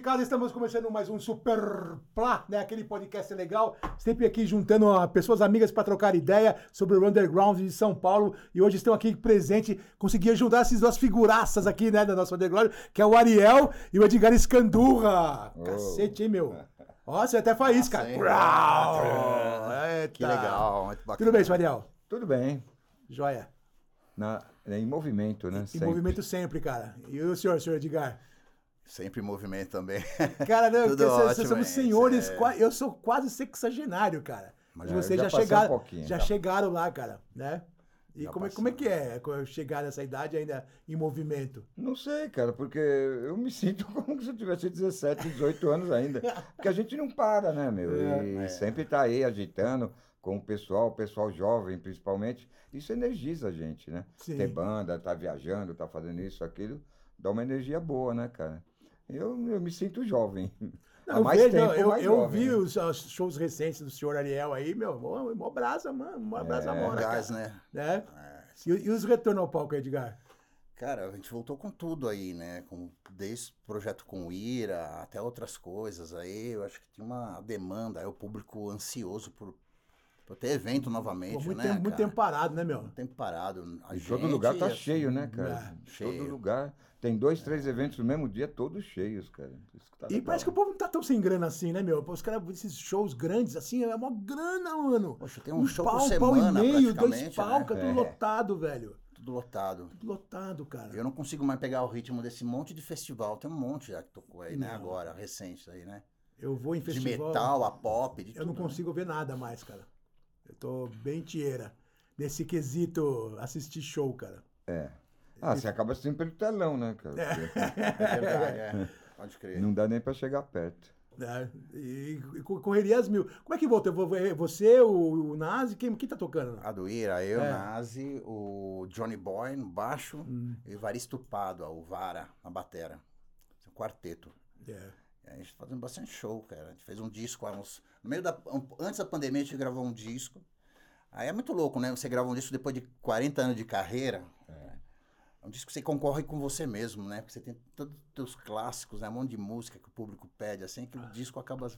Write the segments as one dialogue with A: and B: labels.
A: casa, estamos começando mais um Super Plá, né? Aquele podcast legal, sempre aqui juntando ó, pessoas amigas para trocar ideia sobre o Underground de São Paulo. E hoje estão aqui presente, consegui juntar essas duas figuraças aqui, né, da nossa Underground, que é o Ariel e o Edgar Escandurra.
B: Oh.
A: Cacete, hein, meu? Ó, você até faz, cara.
B: hein?
A: Brau! Eita.
B: Que legal, muito bacana.
A: Tudo bem, seu Ariel?
B: Tudo bem.
A: Joia.
C: Na, né, em movimento, né?
A: Em
C: sempre.
A: movimento sempre, cara. E o senhor, senhor Edgar?
B: Sempre em movimento também.
A: Cara, não,
B: Tudo
A: porque vocês- vocês
B: ótimo,
A: somos
B: é,
A: senhores,
B: é.
A: qua- eu sou quase sexagenário, cara. Mas
C: é,
A: vocês
C: já
A: já,
C: passei um
A: chegaram,
C: pouquinho,
A: já
C: já.
A: chegaram lá, cara, né? E
B: Já
A: como, é- como é que é co- chegar nessa idade ainda em movimento?
C: Não sei, cara, porque eu me sinto como se eu tivesse 17, 18 anos ainda. Porque a gente não para, né, meu? e
B: É.
C: sempre tá aí agitando com o pessoal, o pessoal jovem principalmente. Isso energiza a gente, né?
A: Sim.
C: Ter banda, tá viajando, tá fazendo isso, aquilo, dá uma energia boa, né, cara? Eu, eu me sinto jovem.
A: Não,
C: Há
A: eu
C: mais
A: vejo,
C: tempo,
A: eu,
C: mais
A: eu
C: jovem,
A: vi
C: né?
A: os, os shows recentes do senhor Ariel aí, meu, mó, mó brasa, mano, mó brasa
C: É.
A: mora,
B: Gás,
A: cara,
B: né?
A: né?
B: É.
A: E, e os retornos ao palco, Edgar?
B: Cara, a gente voltou com tudo aí, né? Com, desde o projeto com o Ira até outras coisas aí. Eu acho que tem uma demanda, aí o público ansioso por, por ter evento novamente,
A: Pô, muito,
B: né?
A: tempo, muito
B: cara?
A: tempo parado, né, meu?
B: Muito tempo parado. A
C: Em
B: gente,
C: todo lugar tá
B: assim,
C: cheio, né, cara?
A: é,
C: Em
B: cheio. É.
C: Todo lugar. Tem dois, três eventos no mesmo dia, todos cheios, cara. Isso que tá
A: E
C: legal.
A: parece que o povo não tá tão sem grana assim, né, meu? Pô, Os caras, esses shows grandes assim, é mó grana, mano.
B: Poxa, tem um, show por
A: pau,
B: semana,
A: pau e meio, dois
B: praticamente,
A: pau,
B: né?
A: cara, tudo
C: É.
A: lotado, velho.
B: Tudo lotado.
A: Tudo lotado, cara.
B: Eu não consigo mais pegar o ritmo desse monte de festival. Tem um monte já que tocou aí, né?
A: Não.
B: Agora, recente aí, né?
A: Eu vou em
B: De
A: festival.
B: metal, a pop, de
A: eu não
B: tudo, né?
A: consigo ver nada mais, cara. Eu tô bem tieira. Nesse quesito, assistir show, cara.
C: Ah, você acaba sempre pelo telão, né, cara? Porque
B: É verdade, é. Pode crer.
C: Não dá nem pra chegar perto.
A: Né? E, e co- correria as mil. Como é que volta? Eu vou- é Você, o, o Nazi, quem, quem tá tocando?
B: A do Ira, eu,
A: É.
B: Nazi, o Johnny Boy no baixo
A: Hum,
B: e o Evaristo Pádua, o Vara, na batera. Esse é um quarteto.
A: é.
B: E a gente tá fazendo bastante show, cara. A gente fez um disco há uns... No meio da... um- Antes da pandemia, a gente gravou um disco. Aí é muito louco, né? Você grava um disco depois de 40 anos de carreira. É. um disco que você concorre com você mesmo, né? Porque você tem todos os teus clássicos, né? Um monte de música que o público pede, assim,
A: Ah.
B: que o disco acaba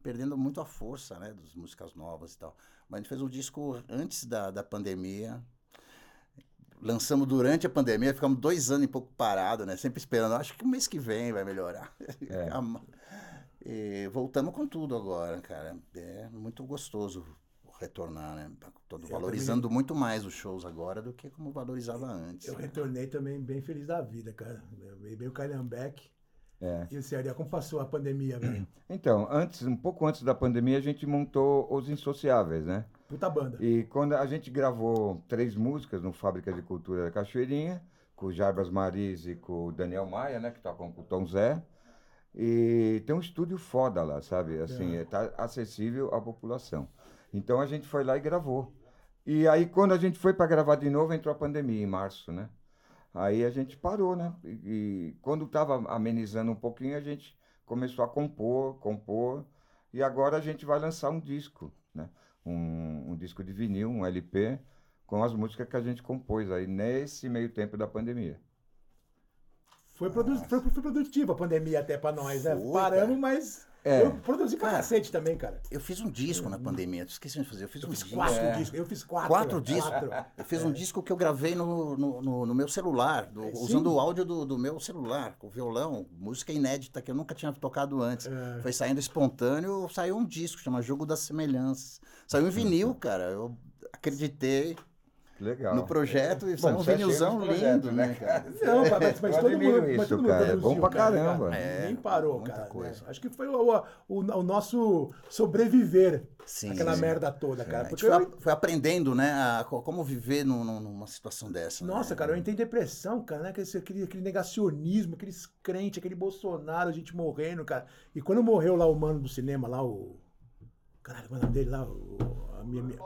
B: perdendo muito a força, né? Das músicas novas e tal. Mas a gente fez um disco antes da, da pandemia. Lançamos durante a pandemia, ficamos dois anos e pouco parado, né? Sempre esperando. Acho que o mês que vem vai melhorar.
C: É.
B: Ama- E voltamos com tudo agora, cara. É muito gostoso retornar, né? Tô
A: É, Eu
B: valorizando muito mais os shows agora do que como valorizava antes.
A: Eu
B: né?
A: retornei também bem feliz da vida, cara. Eu Bem o Calhambeck.
C: É.
A: E o Ceará, como passou a pandemia, velho?
C: Então, antes, um pouco antes da pandemia, a gente montou Os Insociáveis, né?
A: Puta banda.
C: E quando a gente gravou três músicas no Fábrica de Cultura da Cachoeirinha, com o Jarbas Mariz e com o Daniel Maia, né? Que tocam com o Tom Zé. E tem um estúdio foda lá, sabe? Assim,
A: É.
C: tá acessível à população. Então a gente foi lá e gravou. E aí quando a gente foi para gravar de novo, entrou a pandemia em março, né? Aí a gente parou, né? E, e quando estava amenizando um pouquinho, a gente começou a compor, compor. E agora a gente vai lançar um disco, né? Um, um disco de vinil, um LP, com as músicas que a gente compôs aí nesse meio tempo da pandemia.
A: Foi, produ foi, foi produtiva a pandemia até pra nós, né?
B: Foi,
A: Paramos,
B: cara.
A: mas
C: É.
A: eu produzi pra cacete também, cara.
B: Eu fiz um disco na pandemia, esqueci de fazer. Eu fiz
A: Uhum. Eu
B: um
A: fiz
B: disco.
A: quatro É.
C: É.
A: discos. Eu fiz quatro.
B: Quatro
A: velho.
B: discos?
A: Quatro.
B: Eu fiz um disco que eu gravei no, no, no- no meu celular, do-
A: É, Sim.
B: usando o áudio do, do meu celular, com violão, música inédita que eu nunca tinha tocado antes.
A: É.
B: Foi saindo espontâneo, saiu um disco, chama Jogo das Semelhanças. Saiu em
A: Uhum.
B: vinil, cara. Eu acreditei
C: Que legal.
B: no projeto e saiu um
C: você é cheio
B: vinilzão
C: dos
B: lindo,
C: projetos,
B: né,
C: né,
B: cara?
A: Não, cara, mas, mas
C: Eu
A: todo
C: admiro
A: mundo, mas
C: isso,
A: todo mundo
C: cara. É
A: produziu,
C: bom pra
A: cara,
C: caramba.
A: cara.
B: É,
A: Nem parou,
B: muita
A: cara. né?
B: coisa.
A: Acho que foi o, o, o nosso sobreviver
B: Sim.
A: aquela merda toda,
C: É,
A: cara.
B: A gente
A: Porque
B: foi,
A: eu-
B: Tipo, a- foi aprendendo, né, a co- como viver num- num- numa situação dessa. né?
A: Nossa, cara, eu entrei em depressão, cara, né? Aquele, aquele, aquele negacionismo, aqueles crentes, aquele Bolsonaro, a gente morrendo, cara. E quando morreu lá o mano do cinema, lá o. Caralho, qual é o nome dele lá? O... a minha- minha-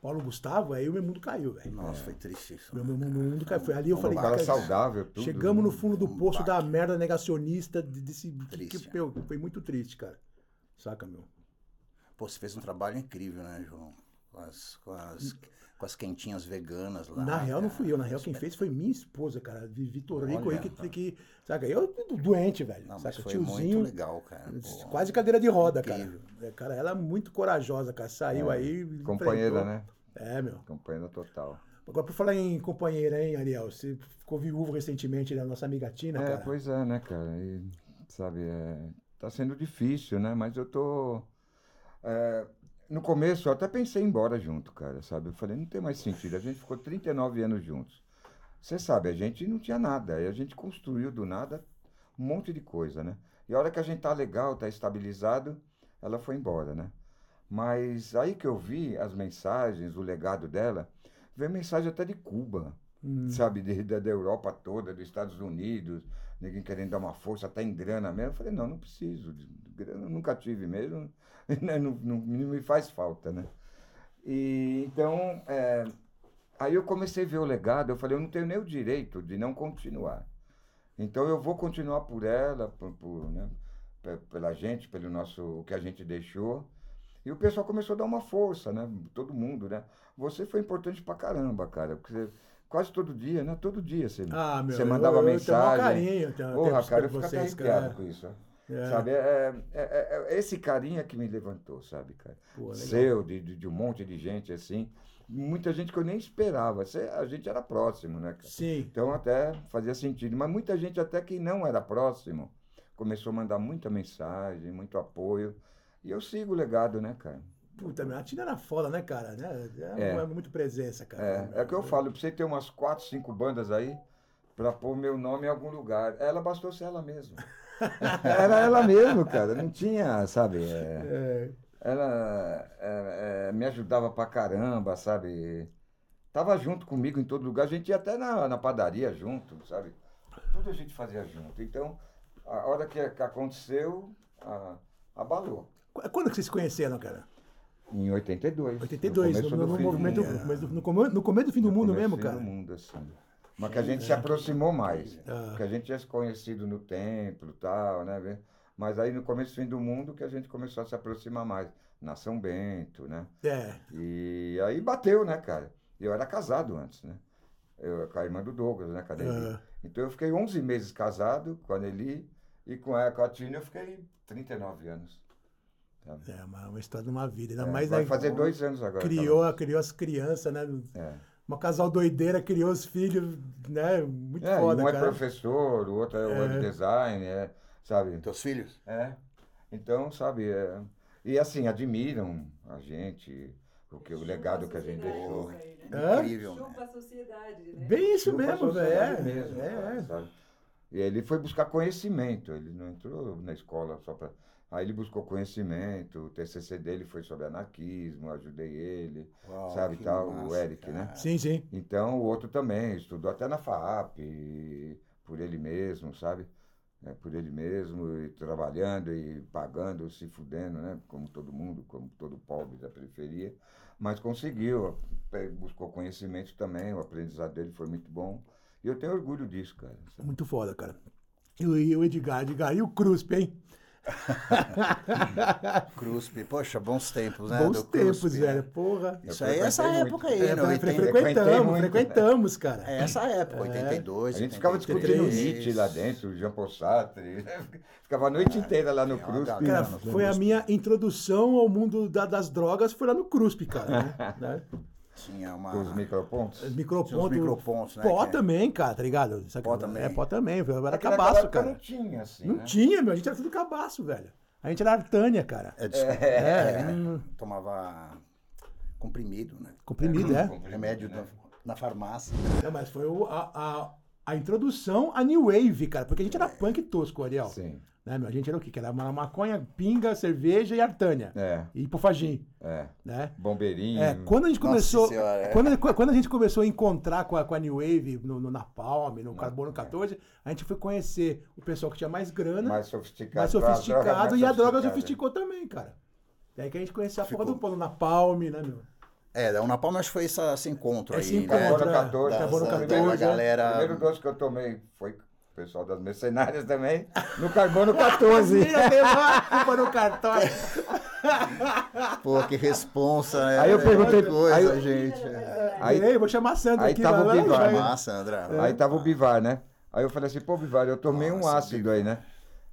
A: Paulo Gustavo. É, aí o meu mundo caiu, velho.
B: Nossa, foi triste isso. né,
A: Meu, meu mundo caiu. Foi ali eu
C: Um
A: falei,
C: cara
A: cara,
C: saudável, tudo. né?
A: chegamos no fundo do
B: Um
A: poço da
B: baque.
A: merda negacionista de- desse. que-
B: Triste,
A: que-
B: né?
A: meu, foi muito triste, cara. Saca, meu?
B: Pô, você fez um trabalho incrível, né, João? com as, com as, com as quentinhas veganas lá.
A: Hum. Na real, não
B: cara.
A: fui eu. Na real, quem fez foi minha esposa, cara. Vi- Vitor Rico aí,
B: Olha,
A: que,
B: cara.
A: que. Saca? Eu do- doente, velho.
B: Não, mas
A: saca?
B: foi
A: Tiozinho.
B: muito legal, cara. pô.
A: Quase cadeira de roda,
B: Incrível. É.
A: cara. É, Cara, ela é muito corajosa, cara. Saiu aí. enfrentou.
C: Companheira, né?
A: É, meu.
C: Companheira total.
A: Agora, por falar em companheira, hein, Ariel? Você ficou viúvo recentemente da nossa amiga Tina,
C: É,
A: cara.
C: pois é, né, cara? E, sabe, é, tá sendo difícil, né? Mas eu tô. é, no começo eu até pensei em ir embora junto, cara, sabe? Eu falei, não tem mais sentido. A gente ficou 39 anos juntos. Você sabe, a gente não tinha nada. Aí a gente construiu do nada um monte de coisa, né? E a hora que a gente tá legal, tá estabilizado, ela foi embora, né? Mas aí que eu vi as mensagens, o legado dela, veio mensagem até de Cuba
A: Hum,
C: sabe, de, da, da Europa toda, dos Estados Unidos, ninguém querendo dar uma força, até em grana mesmo. Eu falei, não, não preciso, de de grana eu nunca tive mesmo, né, não, não- não me faz falta, né? E, então, é, aí eu comecei a ver o legado, eu falei, eu não tenho nem o direito de não continuar. Então eu vou continuar por ela, por, por, né, pe- pela gente, pelo nosso, o que a gente deixou. E o pessoal começou a dar uma força, né? Todo mundo, né? Você foi importante pra caramba, cara. Porque você- quase todo dia, né? Todo dia você,
A: Ah, meu,
C: você mandava
A: eu, eu Tenho
C: mensagem.
A: um carinho, tenho,
C: Porra,
A: tenho
C: cara, eu fico até
A: vocês,
C: arrepiado
A: cara.
C: com isso. ó.
A: É,
C: Sabe, é, é- é- é esse carinha que me levantou, sabe, cara?
A: pô, legal.
C: Seu, de, de, de um monte de gente, assim. Muita gente que eu nem esperava. Você- a gente era próximo, né? cara?
A: Sim.
C: Então até fazia sentido. Mas muita gente, até que não era próximo, começou a mandar muita mensagem, muito apoio. E eu sigo o legado, né, cara?
A: Puta, meu, a Tina era foda, né, cara? Né? É,
C: É.
A: é muito presença, cara.
C: É, é o que eu falo, pra você ter umas quatro, cinco bandas aí, pra pôr meu nome em algum lugar. Ela bastou ser ela mesma. Era ela mesmo, cara. Não tinha, sabe? é,
A: É,
C: Ela é, é, me ajudava pra caramba, sabe? Tava junto comigo em todo lugar. A gente ia até na, na padaria junto, sabe? Tudo a gente fazia junto. Então, a hora que, que aconteceu, a- abalou.
A: Qu- Quando que vocês se conheceram, cara?
C: Em 82.
A: 82, no,
C: começo
A: no,
C: do fim do
A: movimento,
C: mundo.
A: mas no, come- no começo do fim do
C: No
A: mundo
C: começo
A: mesmo,
C: do
A: cara.
C: mundo, assim. Mas que a gente se aproximou mais.
A: Ah.
C: Que a gente tinha se conhecido no templo e tal, né? Mas aí no começo do fim do mundo que a gente começou a se aproximar mais. Na São Bento, né?
A: É.
C: E aí bateu, né, cara? Eu era casado antes, né? Eu com a irmã do Douglas, né, com a Nelly.
A: ah,
C: Então eu fiquei 11 meses casado com a Nelly e com a, com a Tina eu fiquei 39 anos.
A: é, uma, uma história de uma vida. Ainda
C: É,
A: mais,
C: vai
A: né?
C: fazer dois anos agora. tá
A: Criou, criou as crianças, né?
C: bom? É.
A: Uma casal doideira, criou os filhos, né? Muito
C: É,
A: foda,
C: um é
A: cara.
C: professor, o outro é, web design, é, sabe?
B: Teus filhos?
C: É. Então, sabe, é, e assim, admiram a gente, o, que, o legado que a gente deixou.
A: Hã?
B: Incrível, né?
D: Chupa a sociedade, né?
A: Bem isso
C: Chupa um a
A: mesmo, velho.
C: sociedade
A: É,
C: mesmo,
A: é,
C: cara,
A: é.
C: sabe? E ele foi buscar conhecimento, ele não entrou na escola só para. Aí ele buscou conhecimento, o TCC dele foi sobre anarquismo, eu ajudei ele,
B: Uau,
C: sabe,
B: que
C: tal, o
B: massa,
C: Eric, né?
B: cara.
A: Sim, sim.
C: Então o outro também, estudou até na FAAP, e por ele mesmo, sabe? É, por ele mesmo, e trabalhando e pagando, se fudendo, né? Como todo mundo, como todo pobre da periferia. Mas conseguiu, pe- buscou conhecimento também, o aprendizado dele foi muito bom. E eu tenho orgulho disso, cara. sabe?
A: Muito foda, cara. E o, e o Edgar, Edgar e o Cruspe, hein?
B: Cruspe, poxa, bons tempos, né?
A: Bons
B: do
A: tempos,
B: Cruspe,
A: velho.
B: né?
A: Porra.
B: Isso aí é essa
C: frequentei
B: época
C: muito.
B: aí,
A: É,
B: né?
A: fre- fre-
B: 80,
C: frequentei
A: frequentamos,
C: muito,
A: frequentamos, cara.
B: é essa época, 82,
C: A gente ficava discutindo
A: 83.
C: Nietzsche lá dentro, Jean Paul Sartre. né? Ficava a noite inteira lá no
B: É uma
C: Cruz.
B: galera.
A: tá, Cara,
B: Não, não
A: foi a
B: gosto.
A: minha introdução ao mundo da- das drogas, foi lá no Cruspe, cara. Né? né?
B: Tinha uma...
C: Com os micropontos.
B: Tinha uns
A: Microponto.
B: micropontos, né?
A: Pó
B: que-
A: também, cara, tá ligado? Sabe?
B: Pó também.
A: É, pó também. Eu era
C: Naquela
A: cabaço,
C: época
A: cara.
C: Não tinha, assim.
A: Não
C: né?
A: tinha, meu. A gente era tudo cabaço, velho. A gente era artânia, cara.
B: É, desculpa.
A: É,
B: É,
A: hum.
B: Tomava comprimido, né?
A: Comprimido, é.
B: Remédio
C: né?
B: na, na farmácia.
A: Não, mas foi o- a, a, a introdução à New Wave, cara. Porque a gente
B: É.
A: era punk tosco, Ariel.
C: Sim.
A: Né, meu? A gente era o quê? Que era ma- maconha, pinga, cerveja e artânia.
C: É,
A: E hipofagim,
C: é.
A: né?
C: Bombeirinho.
A: É, quando a gente
B: Nossa
A: começou.
B: Senhora, é.
A: Quando, quando a gente começou a encontrar com a, com a New Wave no, no Napalm, no Carbono 14, a gente foi conhecer o pessoal que tinha mais grana, né? mais,
C: mais sofisticado.
A: sofisticado, e a droga é
C: sofisticada.
A: sofisticou também, cara. Daí que a gente conheceu a porra
B: Ficou.
A: do pão no Napalm, né, meu?
B: É, da Unapalm acho que foi essa- esse encontro
A: Esse
B: aí,
C: É,
A: encontro,
B: né?
C: Carbono 14,
B: Da,
A: Carbono
B: da- da
A: 14,
B: galera...
C: O primeiro doce que eu tomei foi pessoal das mercenárias também, no Carbono 14.
A: Culpa no cartório.
B: Pô, que responsa, né?
C: Aí eu perguntei-
B: É outra coisa,
C: aí eu-
B: gente.
C: Aí-
A: Ei, vou chamar a Sandra
C: aí
A: aqui.
C: tava
A: vai
C: o
A: lá,
C: Bivar.
A: vai.
B: Chamar, Sandra.
C: Aí tava o Bivar, né? Aí eu falei assim, pô, Bivar, eu tomei um
B: Nossa,
C: ácido aí, né?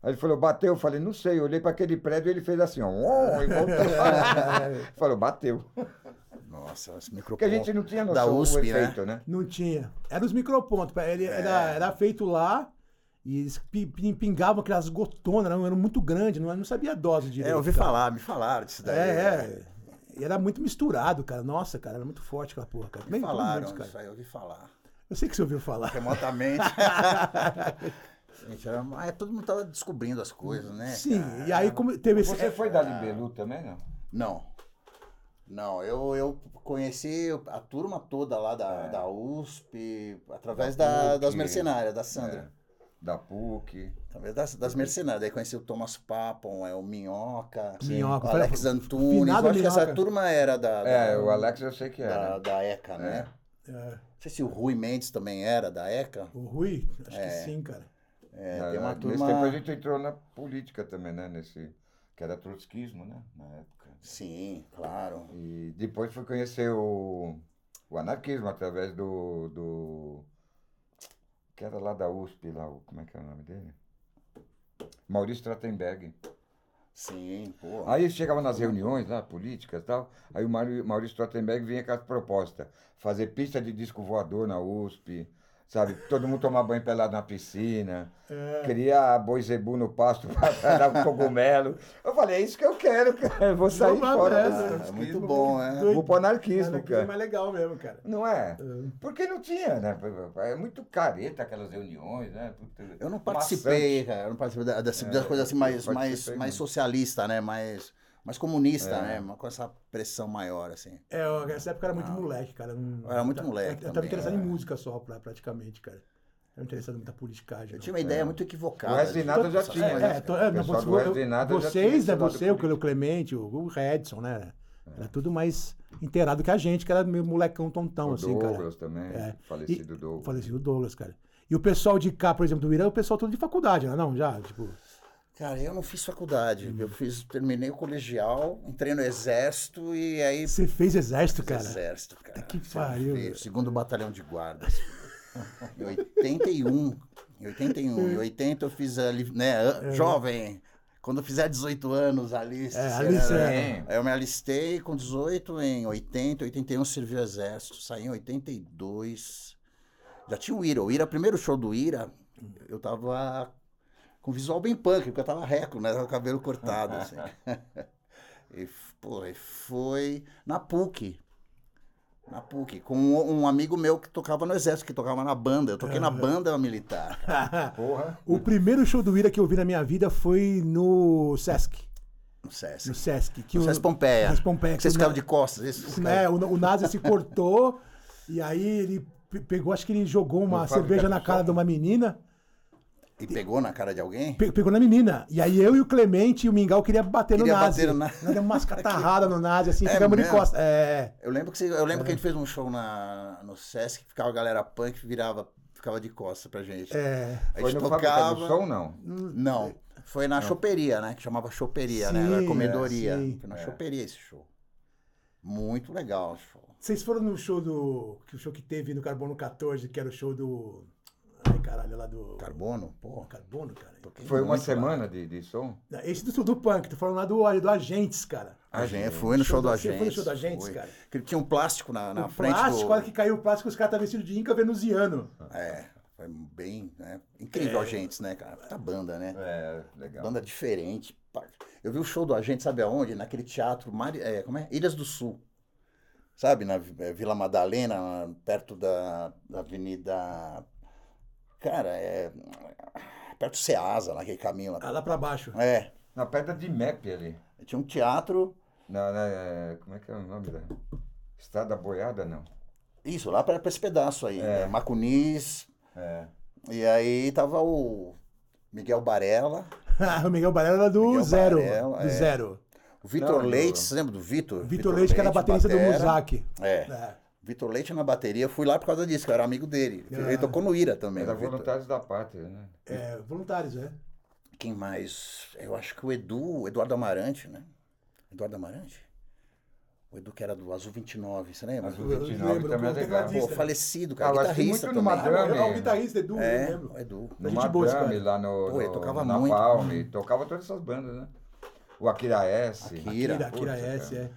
C: Aí ele falou, bateu. Eu falei, não sei. Eu olhei para aquele prédio e ele fez assim, ó. "Oh", e voltou. falou, bateu.
B: Nossa, esse
C: Porque
B: microfone.
C: a gente não tinha noção
B: da USP,
C: do efeito,
B: né?
C: né?
A: Não tinha. Era os micropontos. Ele era, era feito lá e eles pi- pi- pingavam aquelas gotonas, não, era um muito grande, não, não sabia a dose direito.
B: É, eu ouvi
C: Então.
A: cara.
B: falar, me falaram disso daí. né?
A: É, é. E era muito misturado, cara. Nossa, cara, era muito forte aquela porra, cara.
B: Me
A: Bem, pelo menos,
B: falaram
A: cara.
B: isso aí, eu ouvi falar.
A: Eu sei que você ouviu falar.
B: Remotamente. gente, era, ah, todo mundo tava descobrindo as coisas, né?
A: Sim,
B: cara?
A: e aí como teve esse.
C: Você é foi da Libelu também, não?
B: Não. Não, eu, eu conheci a turma toda lá da, da USP, através
C: É. Da
B: da-
C: PUC.
B: das mercenárias, da Sandra.
C: É. Da PUC.
B: Através das, das
C: Uhum.
B: mercenárias. Aí conheci o Thomas Papon, é, o Minhoca,
A: Minhoca,
B: o
A: foi-
B: Alex Antunes. Eu
A: finado
B: acho que essa
A: Minhoca.
B: turma era da, da,
C: É, o Alex eu sei que
B: da,
C: era.
B: da ECA, né?
C: É.
A: É,
B: Não sei se o Rui Mendes também era da ECA.
A: o Rui, acho que sim, cara.
B: É,
C: Na-
B: tem uma
C: nesse
B: turma...
C: tempo a gente entrou na política também, né? Nesse, que era trotskismo, né? Na época.
B: Sim, claro.
C: E depois fui conhecer o, o anarquismo através do, do. que era lá da USP, lá, o- como é que é o nome dele? Maurício Trattenberg.
B: Sim, pô.
C: Aí chegava nas reuniões lá, políticas e tal, aí o Mauri- Maurício Trattenberg vinha com as propostas. Fazer pista de disco voador na USP, sabe? Todo mundo tomar banho pelado na piscina. Queria boizebu no pasto pra, pra dar um cogumelo. Eu falei, é isso que eu quero, cara. Eu vou sair
A: Não,
C: fora.
A: mas-
C: do
A: Ah,
B: é
C: trotskismo,
B: muito bom, né?
A: Doido.
C: Vou pro
A: Cara,
C: anarquismo,
A: que é
C: cara.
A: mais legal mesmo, cara.
C: Não
A: É.
C: é? Porque não tinha, né? É muito careta aquelas reuniões, né? Puta,
B: Eu não
C: maçante.
B: participei, cara. Eu não participei da- dessa, das coisas assim mais,
C: É, eu
B: mais,
C: participei, É.
B: mais
C: não.
B: socialista, né? Mais, mais comunista, né? Uma- Com essa pressão maior, assim.
A: É, ó, nessa época eu era muito moleque, cara. eu não-
B: Ah. Eu era muito
A: eu-
B: moleque
A: Eu, tava
B: também,
A: interessado
B: é.
A: em música só, pra- praticamente, cara. Eu tava interessado em muita politicagem.
B: Eu
A: não.
B: tinha uma ideia muito equivocada.
C: É. O resto de nada eu já
B: essas
C: tinha,
B: coisas,
C: né?
A: É,
B: cara.
A: tô- é, mas
C: Pessoal
A: você-
C: do Hermes
A: eu-
C: de Nada já tinha
A: vocês,
C: esse
A: né?
C: lado
A: Você, o Cleo Clemente, o, o Redson, né?
B: É.
A: Era tudo mais inteirado que a gente, que era meio molecão tontão,
C: O
A: assim, cara.
C: Douglas também,
A: É.
C: falecido Douglas.
A: Falecido Douglas, cara. E o pessoal de cá, por exemplo, do Irã, o pessoal todo de faculdade, né? Não, já, tipo.
B: Cara, eu não fiz faculdade.
A: Uhum.
B: Eu fiz, terminei o colegial, entrei no exército e aí
A: Você fez exército,
B: fiz
A: cara.
B: exército, cara.
A: que
B: Você não
A: pariu,
B: vê.
A: velho.
B: Segundo batalhão de guardas. em 81. Em 81.
A: É.
B: Em 80 eu fiz ali, né, an- jovem. Quando eu fizer 18 anos, alice.
A: É, alice,
C: é.
B: Aí eu me alistei com 18 em 80, 81 servi o exército, saí em 82. Já tinha o Ira. O Ira, primeiro show do Ira, eu tava com visual bem punk, porque eu tava reco, né? Tava com o cabelo cortado, assim. e, f- pô, e foi na PUC. Na PUC, com um, um amigo meu que tocava no exército, que tocava na banda. Eu toquei na banda militar.
C: Porra.
A: o primeiro show do Ira que eu vi na minha vida foi no Sesc.
B: No SESC.
A: No Sesc. Que
B: No
A: o-
B: SESC Pompeia.
A: Sesc Pompeia, que
B: Vocês
A: o
B: ficavam
A: Na-
B: de costas, isso? Vocês
A: né, o, o Nasa se cortou e aí ele pe- pegou, acho que ele jogou uma
C: Não fala
A: cerveja
C: que
A: na
C: era
A: cara
C: só-
A: de uma menina,
B: E pegou na cara de alguém?
A: pe- pegou na menina. E aí eu e o Clemente e o Mingau queria bater
B: Queria
A: no Nasa.
B: bater no Nazi.
A: Nós demos umas catarradas no Nasa, assim,
B: É
A: ficamos de
B: mesmo?
A: costas. É,
B: Eu lembro que, você- eu lembro que a gente fez um show na, no Sesc, que ficava a galera punk e virava, ficava de costas pra gente.
A: é.
B: a
C: Foi
B: gente
C: no Fábrica
B: tocava.
C: do Som, não?
B: Não. Foi na choperia, né? Que chamava choperia, né? Era
A: Sim,
B: comedoria.
A: é, sim.
B: Foi na choperia esse show. Muito legal o show.
A: Vocês foram no show do. que O show que teve no Carbono 14, que era o show do. Ai, caralho, lá do.
B: Carbono, pô.
A: Carbono, cara.
C: Foi uma
B: Muito
C: semana de, de som?
A: Não, Esse do, do punk, tu falando lá do, do Agentes, cara.
B: A gente foi no
A: Show
B: show do
A: da- você foi
B: agente.
A: no show do Agentes, cara?
B: Que tinha um plástico na, na
A: o
B: frente
A: plástico,
B: do...
A: a hora que caiu o plástico, os caras estavam vestidos de Inca venusiano.
B: É, foi bem... Né? Incrível
A: É.
B: agentes, né, cara? Puta banda, né?
C: É, legal.
B: Banda diferente. pá. Eu vi o show do Agente, sabe aonde? Naquele teatro, Mari- é, como é? Ilhas do Sul. Sabe, na Vi- eh, Vila Madalena, na- perto da, da Avenida. Cara, é. Perto do Ceasa, lá, aquele caminho
A: Ah,
B: lá.
A: lá pra baixo.
B: É,
C: Na pedra de MEP ali.
B: tinha um teatro.
C: Na, na- é, como é que é o nome da. Estrada Boiada, não?
B: Isso, lá para esse pedaço aí. né? Macunis.
C: É.
B: E aí tava o Miguel Barella,
A: o Miguel Barella era do
B: Miguel
A: zero.
B: Barella,
A: do
B: é.
A: zero.
B: o Vitor
C: Não,
B: Leite,
C: eu-
B: você lembra do Vitor?
A: Vitor Leite, que era baterista do
B: batera.
A: Muzak.
B: É.
A: É.
B: Vitor Leite na bateria, eu fui lá por causa disso, que eu era amigo dele.
A: Ah.
B: Ele tocou no Ira também.
C: Era
B: o Vitor.
C: Voluntários da Pátria, né?
A: É, voluntários, é.
B: Quem mais? Eu acho que o Edu, o Eduardo Amarante, né? Eduardo Amarante? O Edu que era do Azul 29, você lembra?
C: Azul
A: eu
C: 29
A: lembro,
C: também é
A: como
C: legal.
A: tecladista.
B: Pô,
A: né?
B: falecido, cara.
C: Ah, eu acho que
B: guitarrista
C: muito
B: também.
C: no Madame.
A: Era o guitarrista né, Edu, eu
B: É,
A: lembro.
B: o Edu.
C: No
A: Gente boa esse
C: Madame,
A: cara.
C: lá no,
B: Pô, ele
C: no-
B: tocava
C: na
B: muito.
C: Palme, tocava todas essas bandas, né? O Akira S.
B: Akira.
A: Akira, Akira
C: Puta,
A: S, é.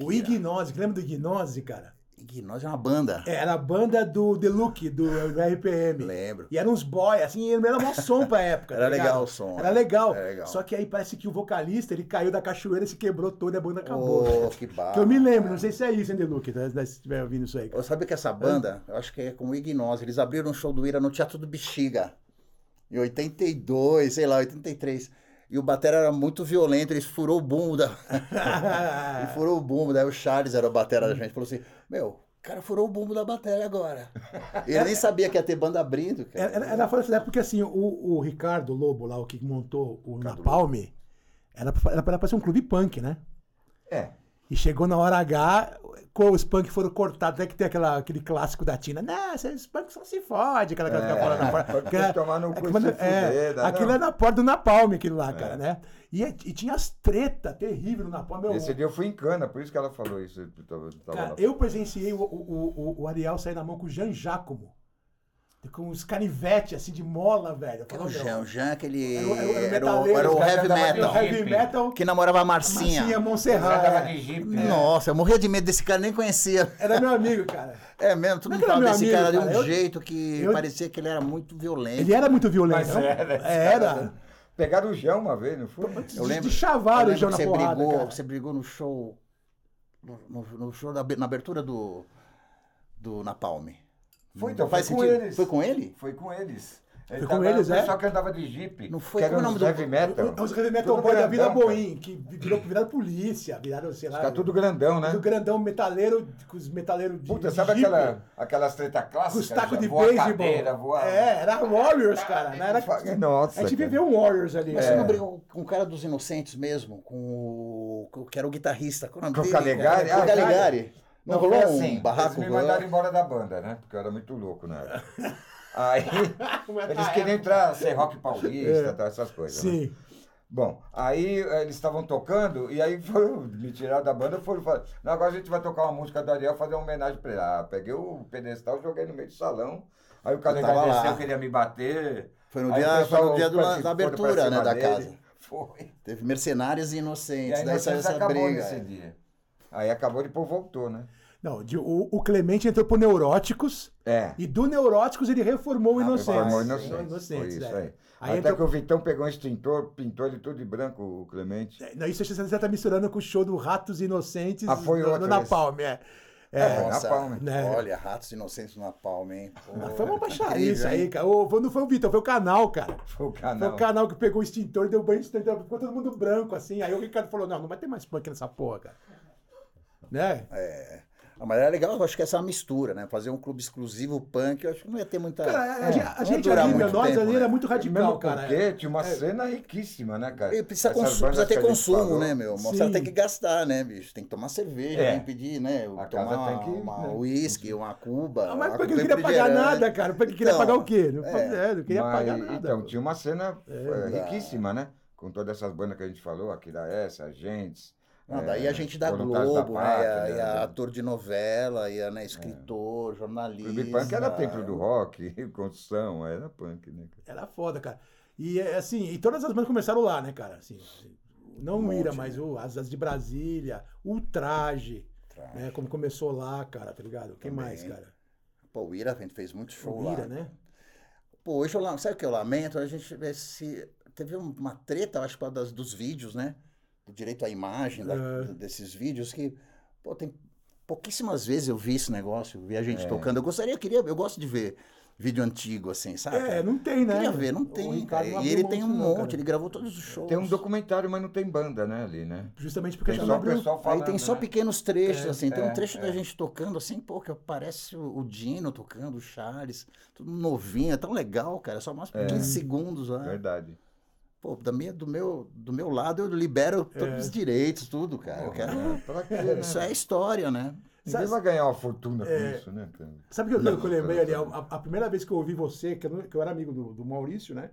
A: O
B: Akira.
A: Ignose, que lembra do Ignose, cara?
B: Ignose é uma banda.
A: É, Era a banda do The Look, do, do RPM.
B: Lembro.
A: E eram uns boy, assim, era mó som pra época.
B: Era
A: tá ligado?
B: legal o som,
A: Era
B: né?
A: legal.
B: Era legal.
A: Só que aí parece que o vocalista, ele caiu da cachoeira, se quebrou todo e a banda acabou.
B: Pô, que barra.
A: que eu me lembro, não sei se é isso, hein, The Look, tá? se estiver ouvindo isso aí.
B: Eu sabia que essa banda, eu acho que é com o Ignose, eles abriram um show do Ira no Teatro do Bexiga, em 82, sei lá, 83. E o batera era muito violento, ele furou o bumbo da...
A: É.
B: ele furou o bumbo, daí o Charles era o batera da gente, falou assim, meu, o cara furou o bumbo da bateria agora. E ele nem sabia que ia ter banda abrindo, cara.
A: É, Era, era, era fora dessa época, porque assim, o, o Ricardo Lobo lá, o que montou o Napalm, era, pra- era pra- era pra ser um clube punk, né?
C: É.
A: E chegou na hora H, co- os punk foram cortados. Até que tem aquela, aquele clássico da Tina. Não, esses punk só se fode. Aquela coisa que fica fora na porta.
C: É. punk tem que tomar no cu
A: aquilo-
C: e se fuder, dá
A: aquilo
C: não.
A: é na porta do Napalm, aquilo lá, cara, né? E, é- e tinha as tretas terríveis no Napalm. Meu,
C: Esse é dia eu fui em cana, por isso que ela falou isso. eu tava- tava
A: Então, cara,
C: lá.
A: eu presenciei o, o, o, o Ariel sair na mão com o Jean Giacomo. Com os canivete, assim, de mola, velho. Eu
B: Que era
A: falava,
B: É o Jean,
A: meu,
B: o Jean aquele...
A: Era o- era o
B: Era o,
A: metaleiro,
B: era o
A: os
C: caras
B: heavy
C: andavam de
B: metal,
A: Heavy metal,
B: que namorava a Marcinha.
A: Marcinha
D: Andava
A: Monserrat.
D: de
A: é.
D: jipe, né?
B: Nossa, eu morria de medo desse cara, nem conhecia.
A: Era meu amigo, cara.
B: É mesmo, todo
A: Não
B: mundo
A: era
B: falava
A: meu
B: desse
A: amigo,
B: cara de um
A: cara, eu-
B: jeito que
A: eu-
B: parecia que ele era muito violento.
A: Ele era muito violento.
D: Mas
A: não?
D: era, esse
A: Era.
C: um Pegaram o Jão uma vez, não foi?
A: de- de chavar
B: eu
A: o João
B: lembro que
A: na porrada,
B: brigou,
A: cara.
B: Você brigou no show. No, no- no show da, na abertura do. Do Napalm.
C: Foi, então,
B: Faz
C: foi com
B: sentido.
C: eles.
B: Foi com ele?
C: Foi com eles.
A: Foi com eles, é?
C: Só que andava de jipe.
B: Não foi-
C: que era
B: como é o
C: uns
B: nome do-
C: heavy metal.
A: É Os heavy metal
C: Tudo
A: boy da Vila
C: grandão, cara.
A: Boim, que virou, viraram polícia, viraram, sei lá.
C: Tá tudo grandão, né?
A: do grandão metaleiro, com os metaleiros de.
C: Puta,
A: de
C: sabe
A: jipe,
C: aquela, aquelas treta clássicas?
A: Com os tacos
C: Já
A: de
C: voa a
A: beisebol.
C: cadeira, voa-
A: É, era Warriors, cara. Não era... tipo
C: Nossa,
A: a gente
C: cara.
A: viveu um Warriors ali.
B: Mas
A: é.
B: você não brigou com o cara dos Inocentes mesmo? Com o. com o Que era o guitarrista. Com o nome
C: Com o
B: dele, cara?
C: Calegari?
B: Com
C: Ah,
B: o Calegari. Não,
C: Não,
B: rolou
C: foi assim,
B: um
C: Eles
B: barraco.
C: me mandaram embora da banda, né? Porque eu era muito louco na época. Aí
B: tá,
C: eles
B: é.
C: queriam entrar, ser rock paulista, tal, essas coisas. né?
A: Sim.
C: Bom, aí eh, eles estavam tocando e aí foram me tiraram da banda foram falar, "Não, agora a gente vai tocar uma música do Ariel, fazer uma homenagem pra ele. Ah, peguei o pedestal, joguei no meio do salão. Aí o cara
B: tava lá.
C: desceu, queria me bater.
B: Foi no
C: Aí o
B: dia- foi no
C: pessoal
B: dia do-
C: quase
B: da
C: foram pra
B: abertura,
C: cima
B: né, da
C: dele.
B: casa.
C: Foi.
B: Teve Mercenários e
C: E
B: Inocentes.
C: aí
B: daí
C: nós
B: saiu essa
C: acabou
B: briga. é.
C: nesse dia. Aí acabou, depois voltou, né?
A: Não, de- o, o Clemente entrou pro Neuróticos
C: É.
A: e do Neuróticos ele reformou
C: Ah,
A: o Inocentes.
C: Formou
A: Foi
C: inocente.
A: Inocentes,
C: foi isso
A: é.
C: aí.
A: Aí
C: Até
A: entrou-
C: que o Vitão pegou um extintor, pintou ele tudo de branco, o Clemente.
A: Não, isso você tá misturando com o show do Ratos Inocentes
C: Ah, foi
A: no, no
C: outro
A: Napalm, é. É,
B: Nossa,
C: na palma.
A: Né?
B: então. Olha, Ratos Inocentes na palma, hein? Pô,
A: Ah, Foi uma
B: que
A: baixaria
B: É, tá incrível,
A: isso
B: hein?
A: aí, cara. Ô, foi- não foi o Vitor, foi o canal, cara.
C: Foi o
A: Foi
C: canal.
A: o canal que pegou o extintor e deu banho no extintor. Ficou todo mundo branco, assim. Aí o Ricardo falou, não, não vai ter mais punk nessa porra, cara. Né?
B: Ah, Mas era legal, eu acho que essa é uma mistura, né? Fazer um clube exclusivo punk, eu acho que não ia ter muita.
A: Cara, a,
B: É,
A: gente-
B: não
A: a
B: ia
A: gente
B: durar
A: ali, meu,
B: muito
A: nós
B: tempo,
A: ali,
B: né?
A: era muito
C: Mesmo
A: radical, cara.
C: porque
A: É.
C: tinha uma cena riquíssima, né, cara?
B: E precisa,
C: Essas bandas
B: consu- precisa
C: que
B: ter
C: a gente
B: consumo,
C: falou.
B: né, meu? Mostrar
A: Sim.
B: tem que gastar, né, bicho? Tem que tomar cerveja,
C: É.
B: tem que pedir, né?
C: A casa
B: tomar uma,
C: tem que,
B: uma
C: né?
B: uísque, uma cuba.
A: Ah, Mas
B: é uma
A: porque
B: cuba
A: não queria pagar
B: refrigerante.
A: nada, cara. Porque queria
B: Então,
A: pagar o quê? Não,
B: é. tipo
A: é, não queria
C: Mas,
A: pagar nada. É,
C: Então, tinha uma cena eh, riquíssima, né? Com todas essas bandas que a gente falou, Akira S, Agentes.
B: Não,
C: eh,
B: daí
A: É,
B: a gente da
A: tá
C: Voluntários da
B: Globo, né?
C: Pátria,
B: Ia, ia
C: né?
B: ator de novela, ia né, escritor,
A: É.
B: jornalista.
C: Clube Punk era templo do rock, construção, era punk, né? cara?
A: Era foda, cara. E é, assim, e todas as bandas começaram lá, né, cara? Assim, não
B: Um
A: o Ira,
B: né?
A: mas o, as, as de Brasília, o Traje, né? Como começou lá, cara, tá ligado? Quem
B: Também.
A: mais, cara?
B: Pô, o Ira, a gente fez muito show
A: O Ira,
B: lá.
A: né?
B: Pô, hoje eu, la- sabe o que eu lamento? A gente vê se- teve um, uma treta, eu acho, por causa das- dos vídeos, né? Do direito à imagem da-
A: É.
B: desses vídeos que, pô, tem pouquíssimas vezes eu vi esse negócio, eu vi a gente
A: É.
B: tocando. Eu gostaria, eu queria, eu gosto de ver vídeo antigo assim, sabe?
A: É, não tem, né?
B: Queria ver, não
A: O
B: tem,
A: Ricardo
B: cara.
A: não
B: E
A: abriu
B: ele
A: mão
B: tem um
A: disso não,
B: monte,
A: cara.
B: ele gravou todos os shows.
C: Tem um documentário, mas não tem banda, né, ali, né?
A: Justamente porque
C: Tem
A: já
C: só
A: não
C: o
A: abriu.
C: pessoal falando,
B: Aí tem só
C: né?
B: pequenos trechos, assim. Tem
C: é,
B: um trecho da gente tocando, assim, pô, que parece o o Dino tocando, o Charles, tudo novinho, é tão legal, cara. Só mais
A: É.
B: 15 segundos lá.
C: Verdade.
B: Pô, da minha, do, meu, do meu lado Ah, eu libero todos os direitos, tudo, cara. Eu quero.
C: Pra quê, né?
B: Isso é história, né?
C: Ninguém
A: Sabe-
C: vai ganhar uma fortuna com
A: É.
C: isso, né? cara?
A: Sabe o que eu,
C: Não,
A: que eu lembrei ali?
C: cara,
A: A, a primeira vez que eu ouvi você, que eu, não- que eu era amigo do, do Maurício, né?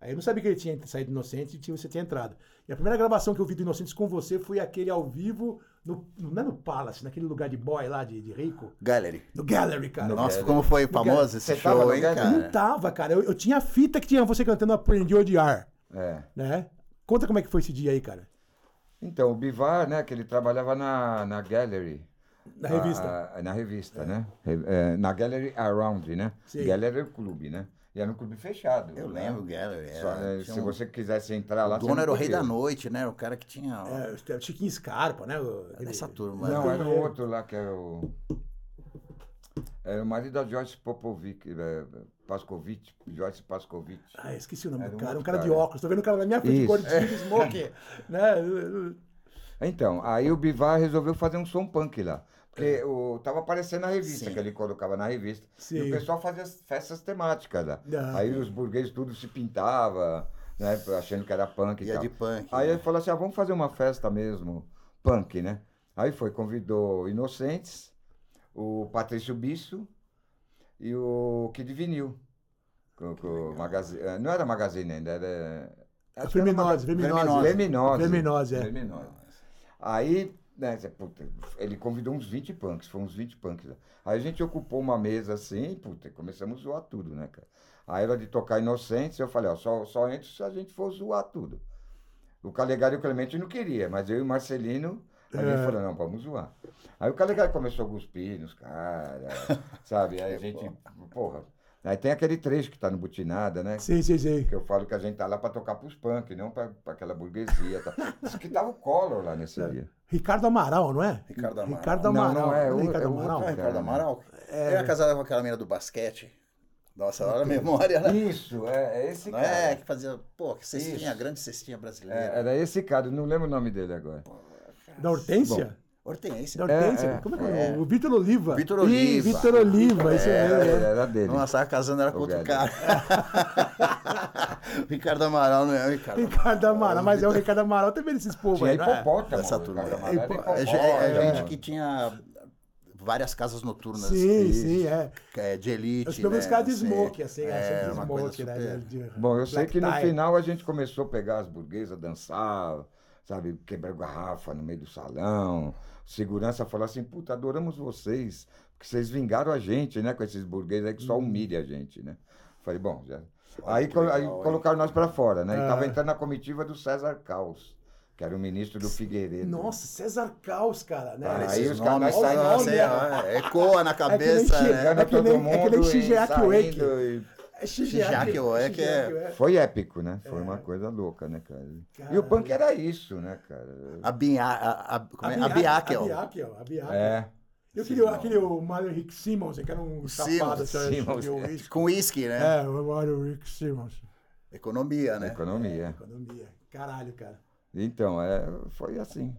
A: Aí eu não sabia que ele tinha saído do Inocentes e tinha, você tinha entrado. E a primeira gravação que eu vi do Inocentes com você foi aquele ao vivo, no, não é no Palace, naquele lugar de boy lá, de, de rico.
B: Gallery.
A: No Gallery, cara.
B: Nossa,
C: Gallery.
B: como foi famoso
C: Você
B: esse
C: tava
B: show,
C: no
B: hein,
C: Gallery?
A: Eu não
B: cara?
A: tava, cara. Eu, eu tinha a fita que tinha você cantando Aprendi a Odiar,
C: É.
A: né? Conta como é que foi esse dia aí, cara.
C: Então, o Bivar, né, que ele trabalhava na, na Gallery.
A: Na
B: Ah,
C: A-
A: revista.
C: a- na revista, né? Re- é, na Gallery Around, né?
A: Sim.
C: Gallery é o clube, né? E era um clube fechado.
B: Eu
C: né?
B: lembro, Gallery. Era,
C: Só, né,
B: tinha
C: se
B: um-
C: você quisesse entrar lá.
B: o
C: você
B: dono
C: não
B: era o rei
C: podia.
B: da noite, né? Era O cara que tinha. ó,
A: É, Chiquinho Scarpa, né? O- aquele-
B: Essa turma.
C: Não,
B: né?
C: era
A: É.
C: o outro lá que era o. Era o marido da Joyce Popovic, é, Pascovitch, Joyce Pascovitch.
A: Ah, esqueci o nome
C: Era
A: do
C: um
A: cara. Um
C: outro
A: cara de
C: cara.
A: óculos. Tô vendo o cara na minha frente,
C: Isso.
A: cor de jeans, smoke. né?
C: Então, aí o Bivar resolveu fazer um som punk lá. Porque o, tava aparecendo na revista,
B: Sim.
C: que ele colocava na revista. E
A: Sim.
C: o pessoal fazia as festas temáticas lá.
A: Ah.
C: Aí os burgueses tudo se pintava, né? Achando que era punk e
B: Ia
C: tal.
B: de punk.
C: Aí
B: né?
C: ele falou assim, ah, vamos fazer uma festa mesmo, punk, né? Aí foi, convidou o Inocentes, o Patrício Bisso e o Kid Vinil. Com, com o magazi- eh, Não era Magazine ainda, era... acho que era
A: Verminose,
C: Verminose.
A: verminose.
C: Verminose.
A: Verminose, é.
C: Verminose. Aí, né, cê, puta, ele convidou uns 20 punks, foram uns 20 punks lá. Aí a gente ocupou uma mesa assim, puta, começamos a zoar tudo, né, cara? Aí era de tocar Inocentes, eu falei, ó, só, só entra se a gente for zoar tudo. O Calegari e o Clemente não queria, mas eu e o Marcelino, a gente falou, não, vamos zoar. Aí o Calegari começou a cuspir nos caras, sabe? Aí a gente, porra. Aí tem aquele trecho que tá no Butinada, né?
A: Sim, sim, sim.
C: Que eu falo que a gente tá lá pra tocar pros punk, não pra, pra aquela burguesia. Tá. Diz que tava o Collor lá nesse dia.
A: Ricardo Amaral, não é?
B: Ricardo Amaral.
A: Ricardo
C: Não,
A: Amaral.
C: não é,
A: Não
C: o-
A: Ricardo
C: é o
A: Amaral.
B: Ah,
C: outro.
B: Ricardo
C: cara, né?
B: Amaral. Ele era casado com aquela menina do basquete. Nossa, olha a memória, né?
C: Isso, é, é esse
B: Não
C: cara.
B: é? Que fazia. Pô, que cestinha,
C: Isso.
B: grande cestinha
C: É,
B: brasileira.
C: era esse cara, não lembro o nome dele agora.
A: Da Hortência?
B: Hortência.
A: Da Hortência?
C: é,
A: Como é que é? O Vitor Oliva.
B: Vitor
A: Ih,
B: Oliva.
A: Vitor Oliva, isso
C: Era,
A: mesmo,
C: dele,
A: é.
C: né? era dele.
B: Nossa, tava casando era com
C: O
B: outro cara.
C: Gallagher.
B: O Ricardo Amaral não é o Ricardo
A: Ricardo Amaral, mas é o Ricardo Amaral também desses povos
C: Tinha
A: aí, não é?
C: hipopótamo.
B: Dessa
C: o
B: turma.
C: cara
B: É,
C: era
A: hipo-
C: hipopótamo.
B: É, ge- é
A: É.
B: gente que tinha várias casas
C: né?
B: noturnas
A: Sim,
B: de-
A: sim, é.
B: é, de elite.
A: Os primeiros
B: né?
A: caras de
B: Assim,
A: smoke, assim, é, sempre de
B: uma coisa
A: smoke, né?
B: super-
A: de- de-
C: Bom, eu sei
A: black
C: que no
A: tie.
C: final a gente começou a pegar as burguesas, dançar, sabe, quebrar garrafa no meio do salão. Segurança falou assim, puta, adoramos vocês, porque vocês vingaram a gente, né, com esses burgueses aí que
A: Uhum.
C: só humilha a gente, né? Falei, bom, já.
B: Olha
C: Aí,
B: que
C: co- aí
B: legal, hein?
C: colocaram nós pra fora, né? E
A: Ah.
C: tava entrando na comitiva do César Caos, que era o ministro do Figueiredo.
A: Nossa, César Caos, cara, né?
C: Olha,
B: Olha,
C: Aí
B: esses
C: os caras
B: nomes,
A: saem
B: olha,
A: na
B: você,
A: onda.
C: né?
B: ó, ecoa na
A: É que nem
B: cabeça,
A: chega.
B: né?
C: Chegando
A: É que
C: todo
A: nem- é que
C: mundo
A: nem Shigeaki
C: e
A: Wake.
C: saindo e-
A: É Shigeaki.
B: Shigeaki, ó, é que é-
A: Shigeaki, é.
C: Foi épico, né? Foi uma coisa louca, né, cara? E o
A: Caralho.
C: punk era isso, né, cara?
B: A Binha, a, a, como é? a
A: Abiakel.
B: Biakel.
A: Abiakel, Abiakel.
C: É.
A: Eu queria aquele o Mario Rick Simmons, que era um
B: Simmons,
A: chapado, sabe?
C: Simmons,
A: Eu-
C: é.
A: isso.
B: Com uísque, né?
A: É, o Mario Rick Simmons.
B: Economia, né?
C: É, Economia.
A: Economia. Caralho, cara.
C: Então, é, foi assim.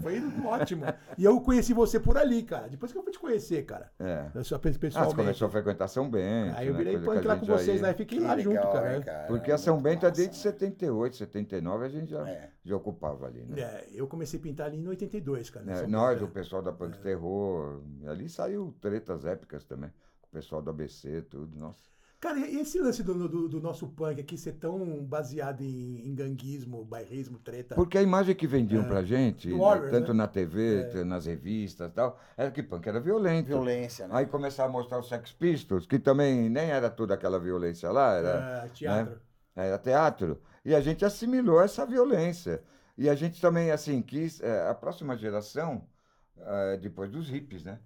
A: Foi ótimo. E eu conheci você por ali, cara. Depois que eu fui te conhecer, cara.
C: É.
A: Eu sou
C: Ah, você
A: pessoalmente.
C: começou a frequentar São Bento.
A: aí eu
C: né,
A: virei
C: coisa
A: punk
C: que a
A: lá com
C: gente
A: vocês,
C: já
A: né?
C: ia.
A: E fiquei
B: Que
A: lá junto,
B: legal,
A: cara.
B: hein, cara?
C: Porque a São
B: Muito
C: Bento é desde
B: massa, né?
C: 78, 79, a gente já,
B: É.
C: já ocupava ali, né?
A: É, eu comecei a pintar ali em 82, cara. né?
C: É,
A: São É.
C: nós, o
A: Paulo.
C: pessoal da Punk Terror, ali saiu tretas épicas também. com O pessoal do ABC, tudo, nossa.
A: Cara, e esse lance do, do- do nosso punk aqui ser tão baseado em, em ganguismo, bairrismo, treta.
C: Porque a imagem que vendiam pra gente,
A: Tá. Do
C: né,
A: Warriors,
C: tanto
A: né?
C: na TV, t- nas revistas e tal, era que punk era violento.
B: Violência, né?
C: Aí começaram a mostrar os Sex Pistols, que também nem era toda aquela violência lá, era...
A: É, teatro.
C: Era teatro. E a gente assimilou essa violência. E a gente também, assim, quis. eh, a próxima geração, eh, depois dos hippies, né?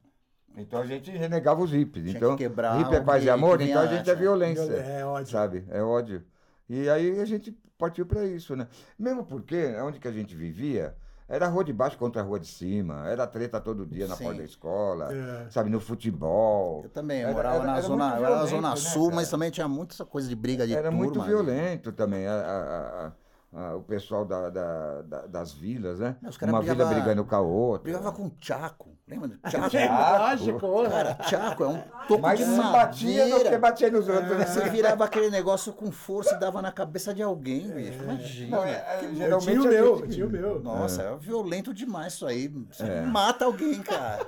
C: Então a gente renegava os hippies.
B: Tinha
C: então,
B: que quebrar
C: hippie é
B: o
C: paz
B: que-
C: e amor,
B: que
C: então a
B: vinha
C: gente é
B: antes, né?
C: violência.
A: É, ótimo.
C: Sabe? É ódio. E aí a gente partiu para isso, né? Mesmo porque, onde que a gente vivia, era rua de baixo contra a rua de cima, era treta todo dia na
B: Sim.
C: porta da escola,
A: É.
C: sabe? No futebol.
B: Eu também, eu
C: Era-
B: morava
C: era-
B: na
C: era
B: zona,
C: muito
B: eu era na
C: violento,
B: zona
C: né,
B: sul, mas
C: cara?
B: também tinha muita essa coisa de briga de
C: Era
B: turma.
C: muito
B: né?
C: violento também. a- a- a- a- o pessoal da- da- da- das vilas, né?
B: Os caras
C: Uma
B: brigava-
C: vila brigando com a outra.
B: Brigava com o Tchaco. Lembra do
A: É,
B: Tchaco?
A: lógico,
B: Cara, Tchaco é um toco
C: Mas
B: de
C: se batia do que
B: madeira. É.
C: batia nos outros. né?
B: Você virava aquele negócio com força e dava na cabeça de alguém, bicho. Imagina.
C: Não, é- é-
A: Eu
C: geralmente
A: tinha o
C: a
A: meu,
C: gente-
A: eu tinha o meu.
B: Nossa, é. violento demais isso aí. Você mata alguém, cara.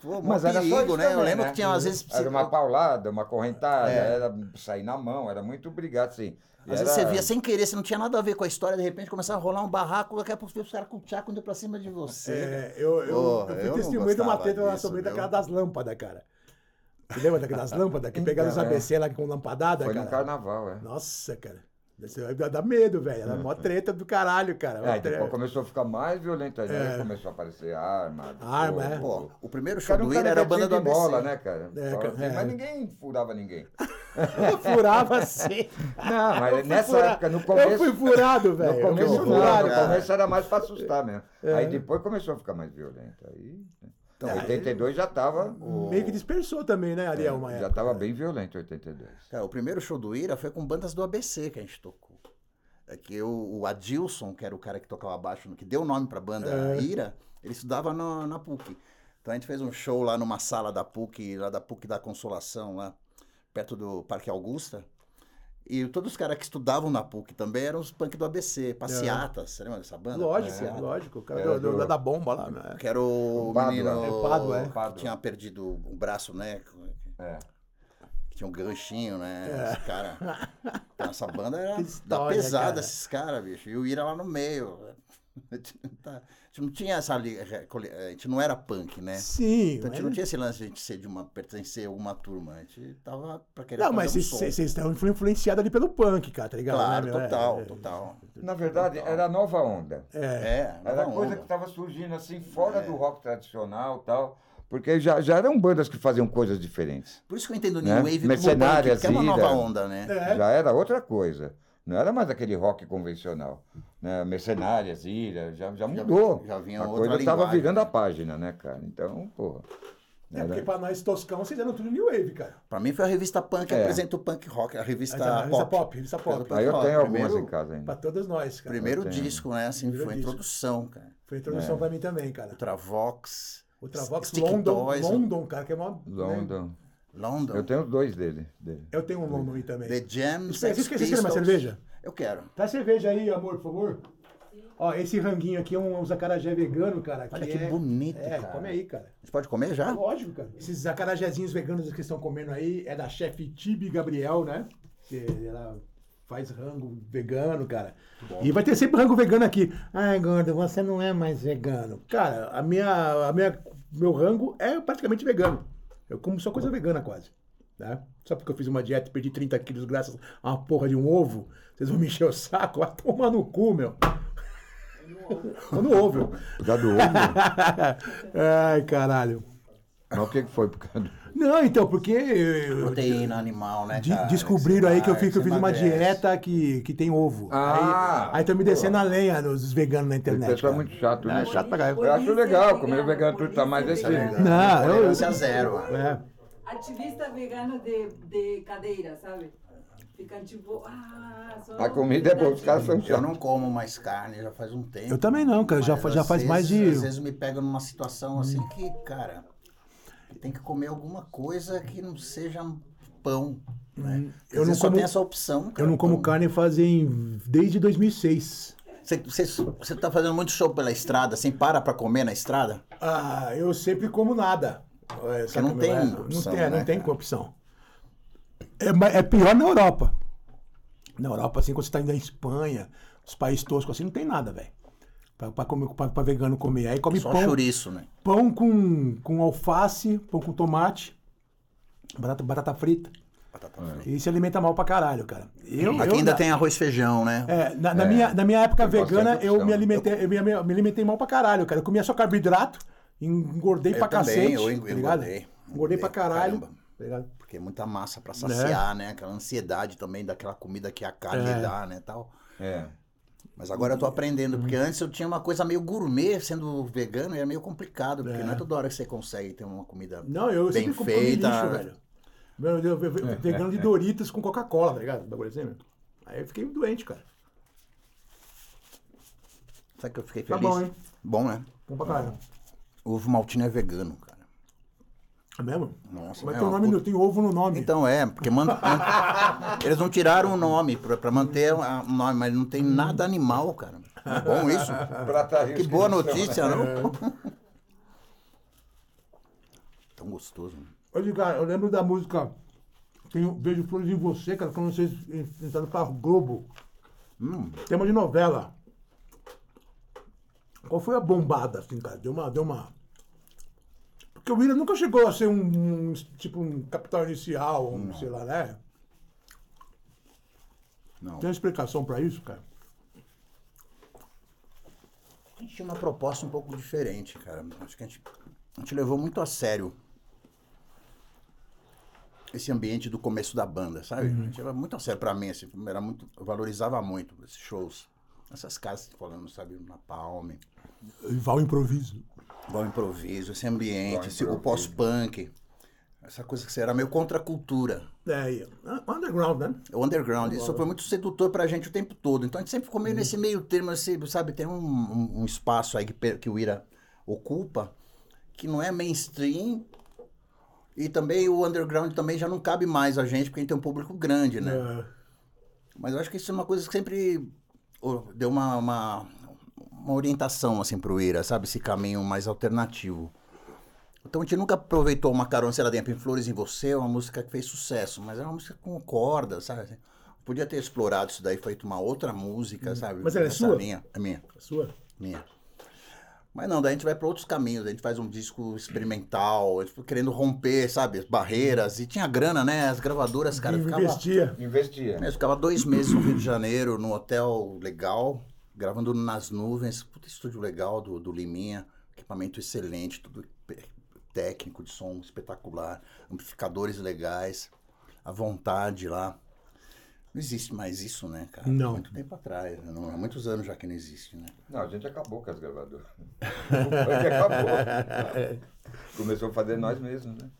B: Pô, mó
C: Mas era só
B: perigo,
C: isso
B: né? eu
C: também,
B: lembro que tinha às vezes.
C: Era uma paulada, uma correntada,
B: É.
C: era sair na mão, era muito obrigado, assim.
B: Às vezes você via sem querer, você não tinha nada a ver com a história, de repente começava a rolar um barraco, daqui a pouco os caras com o Chaco indo pra cima de você.
A: É, eu, eu, eu fui
B: Porra, eu não
A: testemunho de uma
B: gostava
A: treta lá
B: disso,
A: sobre
B: viu?
A: daquela das lâmpadas, cara. Você lembra daquelas lâmpadas que pegaram os
C: Então, é.
A: ABC lá com lampadada,
C: Foi no
A: cara?
C: carnaval, é.
A: Nossa, cara. Isso aí Dá dá medo, velho. Era mó treta do caralho, cara. Mó
C: É,
A: tre-
C: depois começou a ficar mais violento ainda,
A: É.
C: aí começou a aparecer arma.
A: Arma, é.
B: Pô, o primeiro show
C: Cada um
B: do Ira era a banda do
C: de
B: ABC.
C: bola, né, cara?
A: É,
C: Só
A: cara,
C: assim,
A: é.
C: Mas ninguém furava ninguém.
A: Furava sim.
C: Não,
A: Eu
C: mas
A: fui
C: nessa
A: fura-
C: época, no
A: Eu
C: começo.
A: fui furado,
C: No
A: velho. É, Eu
C: começo,
A: fui
C: não,
A: furado,
C: no
A: cara.
C: começo era mais pra assustar mesmo.
A: É.
C: Aí depois começou a ficar mais violento. Aí, né?
B: Então,
C: em 82 já tava. o-
A: Meio que dispersou também, né, Ariel? uma
C: É, já
A: época.
C: tava bem violento em 82.
B: Cara, o primeiro show do Ira foi com bandas do ABC que a gente tocou. É que o, o Adilson, que era o cara que tocava baixo, que deu o nome pra banda
A: É.
B: Ira, ele estudava na, na PUC. Então a gente fez um show lá numa sala da PUC, lá da PUC da Consolação, lá perto do Parque Augusta. E todos os caras que estudavam na PUC também eram os punk do ABC, Passeatas. Você lembra dessa banda?
A: Lógico,
B: Passeata.
A: lógico. O cara
C: Era
A: do- do-
C: do-
A: da- da bomba lá, né?
B: Que era o,
C: O Pádua.
B: menino
A: É, Pádua, é.
B: que tinha perdido o braço, né?
C: É.
B: Que tinha um ganchinho, né? Esse cara. Então, Essa banda era
A: É. Que
B: da
A: história,
B: pesada,
A: cara.
B: esses caras, bicho. E o Ira lá no meio. A gente não tinha essa. li- é, A gente não era punk, né?
A: Sim,
B: Então, a gente
A: mas-
B: não tinha esse lance de a gente ser de uma. pertencer a uma turma. A gente tava pra querer.
A: Não, mas
B: fazer um
A: vocês
B: som.
A: vocês estão influ- influenciados ali pelo punk, cara, tá ligado?
B: Claro,
A: né, meu? É,
B: total,
A: é.
B: total.
C: Na verdade,
B: Então, tá.
C: era a nova onda.
A: É,
B: É, nova
C: Era coisa
B: onda.
C: que estava surgindo assim, fora
B: É.
C: do rock tradicional e tal. Porque já, já eram bandas que faziam coisas diferentes.
B: Por isso que eu entendo o New
C: Né?
B: Wave como punk,
C: Mercenárias,
B: porque é uma nova
C: Ira.
B: onda, né?
A: É.
C: Já era outra coisa. Não era mais aquele rock convencional. Né? Mercenárias, ilha, já, já mudou.
B: já vinha
C: a
B: outra
C: coisa estava
B: linguagem,
C: virando
B: né?
C: a página, né, cara? Então, porra.
A: É porque pra nós toscão, vocês eram tudo New Wave, cara.
B: Pra mim foi a revista Punk que
C: É.
B: apresenta o punk rock, a revista,
A: Essa- a revista
B: pop.
A: pop, revista pop.
B: Pelo
C: Aí eu
B: rock,
C: tenho algumas em
B: primeiro-
C: casa ainda.
A: Pra todos nós, cara.
B: Primeiro
C: Eu tenho.
B: disco, né? Assim,
A: Primeiro
B: foi a
A: disco.
B: introdução, cara.
A: Foi a introdução pra mim também, cara.
B: Ultravox.
A: O Travox
B: Então, Stick
A: London,
B: Toys,
A: London, cara, que é uma. né?
C: London.
B: London.
C: Eu tenho dois dele. dele.
A: Eu tenho um London aí também.
B: The Jam,
A: Espera,
B: Sex
A: vocês esqueceram uma
B: Pistols.
A: cerveja?
B: Eu quero.
A: Traz cerveja aí, amor, por favor. Ó, esse ranguinho aqui é um, um zacarajé vegano, cara.
B: Olha que
A: é...
B: bonito,
A: É,
B: cara.
A: come aí, cara.
B: A gente pode comer já?
A: Ah, Lógico, cara. Esses zacarajézinhos veganos que estão comendo aí é da chefe Tibi Gabriel, né? Que ela faz rango vegano, cara. E vai ter sempre rango vegano aqui. Ai, gordo, você não é mais vegano. Cara, a minha, a minha, meu rango é praticamente vegano. Eu como só coisa vegana quase. Tá? Só porque eu fiz uma dieta e perdi 30 quilos graças a uma porra de um ovo. Vocês vão me encher o saco? Vai tomar no cu, meu. Ou É no ovo.
C: Por causa do ovo?
A: Ai, caralho.
C: Mas o que que foi por causa do
A: Não, então, porque eu-
B: Proteína animal, né?
A: de-
B: cara?
A: descobriram aí que eu
B: Você
A: fiz, que eu fiz uma
B: emagrece.
A: dieta que, que tem ovo.
C: Ah!
A: aí estão me descendo a lenha nos veganos na
C: O
A: internet.
C: pessoal é
A: cara.
C: muito chato, né?
A: É chato pra caralho.
C: Eu acho
B: é
C: legal, comer vegano tudo tá
D: está
C: mais desse jeito.
A: Não, eu-
B: Tolerância zero. mano.
A: É.
D: Ativista vegano de, de cadeira, sabe? Ficam tipo, ah, só
C: A comida é boa, os caras são
B: Eu
C: chatos.
B: não como mais carne já faz um tempo.
A: Eu também não, cara, já
B: Mas
A: fa- já
B: às
A: faz mais
B: vezes-
A: de- Hum.
B: Às vezes me pega numa situação assim que, cara, tem que comer alguma coisa que não seja pão. Né? Às
A: Hum. eu não
B: vezes só
A: como-
B: tem essa opção.
A: Eu
B: cara,
A: não como
B: pão.
A: carne fazem desde 2006.
B: Você, você, você tá fazendo muito show pela estrada, assim, para pra comer na estrada?
A: Ah, eu sempre como nada. É, saca
B: não
A: meu?
B: tem
A: É,
B: opção,
A: não tem, não
B: né,
A: tem
B: cara?
A: opção. É, ma- é pior na Europa. Na Europa, assim, quando você tá indo na Espanha, os países toscos assim, não tem nada, velho. Pra, pra, comer- pra- pra vegano comer. Aí come
B: Só
A: pão,
B: chouriço, né?
A: pão com, com alface, pão com tomate, batata, batata frita.
B: Batata
A: E se alimenta mal pra caralho, cara. Eu,
B: Aqui
A: eu
B: ainda
A: na-
B: tem arroz e feijão, né?
A: é, na, na minha, na minha época
C: Tem bastante
A: vegana, eu
C: opção.
A: me alimentei, eu me, me alimentei mal pra caralho, cara. Eu comia só carboidrato, engordei
B: Eu
A: pra
B: também,
A: cacete.
B: eu engordei,
A: tá ligado?
B: engordei.
A: Engordei pra caralho.
B: Caramba.
A: tá ligado?
B: Porque é muita massa pra saciar, né? Aquela ansiedade também daquela comida que a carne
A: É.
B: dá, né? Tal.
C: É.
B: Mas agora eu tô aprendendo, porque
A: Uhum.
B: antes eu tinha uma coisa meio gourmet, sendo vegano, e era meio complicado, porque não é toda hora que você consegue ter uma comida
A: Não, eu
B: bem
A: sempre comi
B: feita.
A: lixo, velho. Meu Deus, eu- eu- eu- vegano de Doritos com Coca-Cola, tá ligado? Bagulho assim, meu. Aí eu fiquei doente, cara.
B: Sabe que eu fiquei
A: Tá
B: feliz?
A: bom, hein?
B: Bom, né?
A: Bom pra caralho.
B: O ovo maltine é vegano, cara.
A: É mesmo?
B: Nossa,
A: Mas
B: é
A: tem, o
B: uma
A: nome,
B: puta-
A: no- tem um ovo no nome.
B: Então é, porque man- man- eles não tiraram o nome pra, pra manter a- o nome, mas não tem nada animal, cara. Não é bom
C: Ah,
B: isso?
C: tá Prata Rios
B: Que boa
C: não são, né?
B: notícia, não? tão gostoso. né?
A: Ô, Edgar, eu lembro da música Tenho, Vejo Flores em Você, cara, quando vocês entraram pra Globo.
B: Hum,
A: Tema de novela. Qual foi a bombada, assim, cara? Deu uma. Deu uma... Porque o Willian nunca chegou a ser um, um, tipo um capital inicial, um, sei lá, né?
B: Não.
A: Tem uma explicação pra isso, cara?
B: A gente tinha uma proposta um pouco diferente, cara. Acho que a gente, a gente levou muito a sério esse ambiente do começo da banda, sabe? A gente levava muito a sério pra mim, assim, era muito, eu valorizava muito esses shows. Essas casas que falando, sabe, na Palme,
A: Val improviso.
B: igual improviso, esse ambiente,
C: Igual
B: esse- o
C: improviso.
B: pós-punk. Essa coisa que você era meio contra a cultura.
A: É, e- ah, underground, né?
B: O underground, isso foi muito sedutor pra gente o tempo todo. Então a gente sempre ficou meio nesse meio termo, assim, sabe? Tem um, um- um espaço aí que, pe- que o Ira ocupa, que não é mainstream. E também o underground também já não cabe mais a gente, porque a gente tem um público grande, né?
A: É,
B: Mas eu acho que isso é uma coisa que sempre ô, deu uma, uma, uma orientação assim pro Ira, sabe? Esse caminho mais alternativo. Então a gente nunca aproveitou uma carona, sei lá, de exemplo, em Flores em Você, é uma música que fez sucesso, mas era uma música com corda, sabe? Assim, Podia ter explorado isso daí, feito uma outra música, sabe?
A: Mas ela é
B: Nessa
A: sua?
B: linha. É minha.
A: a sua.
B: Minha. Mas não, daí a gente vai para outros caminhos, a gente faz um disco experimental, a gente foi querendo romper, sabe, as barreiras. E tinha grana, né? As gravadoras, cara, ficava
A: investia.
C: Investia.
B: eu É ficava dois meses no Rio de Janeiro, num hotel legal, gravando nas nuvens. Puta estúdio legal do, do Liminha, equipamento excelente, tudo pe- técnico de som espetacular, amplificadores legais, à vontade lá. Não existe mais isso, né, cara?
A: Não.
B: Muito tempo atrás, né? Não- há muitos anos já que não existe, né?
C: Não, a gente acabou com as gravadoras. O punk acabou. Começou a fazer nós mesmos, né?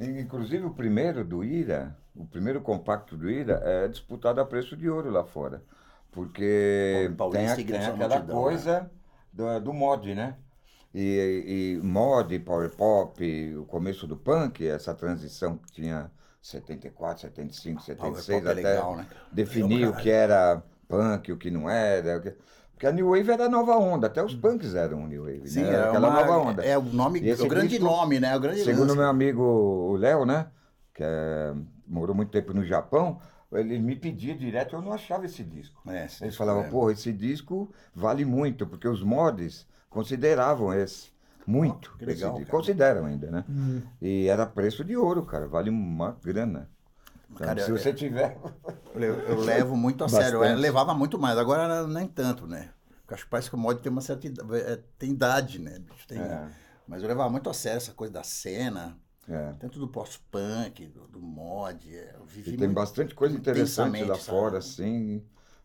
B: É.
C: In- Inclusive o primeiro do Ira, o primeiro compacto do Ira é disputado a preço de ouro lá fora. Porque
B: Paulo
C: tem, a-
B: Paulista e
C: tem
B: Grande São
C: aquela
B: Multidão, né?
C: coisa do, do mod, né? E, e mod, power pop, o começo do punk, essa transição que tinha 74, 75,
B: Power
C: 76,
B: Pop é
C: até
B: legal, né?
C: definir o que era punk, o que não era. o que- Porque a New Wave era a nova onda, até os punks eram New Wave,
B: Hum. Sim,
C: né?
B: é,
C: aquela
B: uma-
C: nova onda.
B: é o nome,
C: E esse
B: o grande
C: disco,
B: nome, né? O grande
C: Segundo
B: lance.
C: meu amigo o Léo, né? Que é- morou muito tempo no Japão, ele me pedia direto, eu não achava esse disco.
B: É, esse
C: ele
B: disco
C: falava,
B: é-
C: porra, esse disco vale muito, porque os mods consideravam esse. Muito.
B: que legal,
C: esse disco.
B: cara.
C: Consideram ainda, né? E era preço de ouro, cara. Vale uma grana. Então,
B: Cara,
C: se
B: eu-
C: você tiver.
B: Eu, le- eu levo muito a
C: Bastante.
B: sério. Eu levava muito mais. Agora nem tanto, né? Porque Acho que parece que o mod tem uma certa idade, tem idade né? bicho? Tem-
C: É.
B: Mas eu levava muito a sério essa coisa da cena,
C: É.
B: tanto do pós-punk, do, do mod. é, Eu vivi
C: E tem
B: muito-
C: bastante coisa interessante lá
B: intensamente,
C: fora,
B: sabe?
C: assim,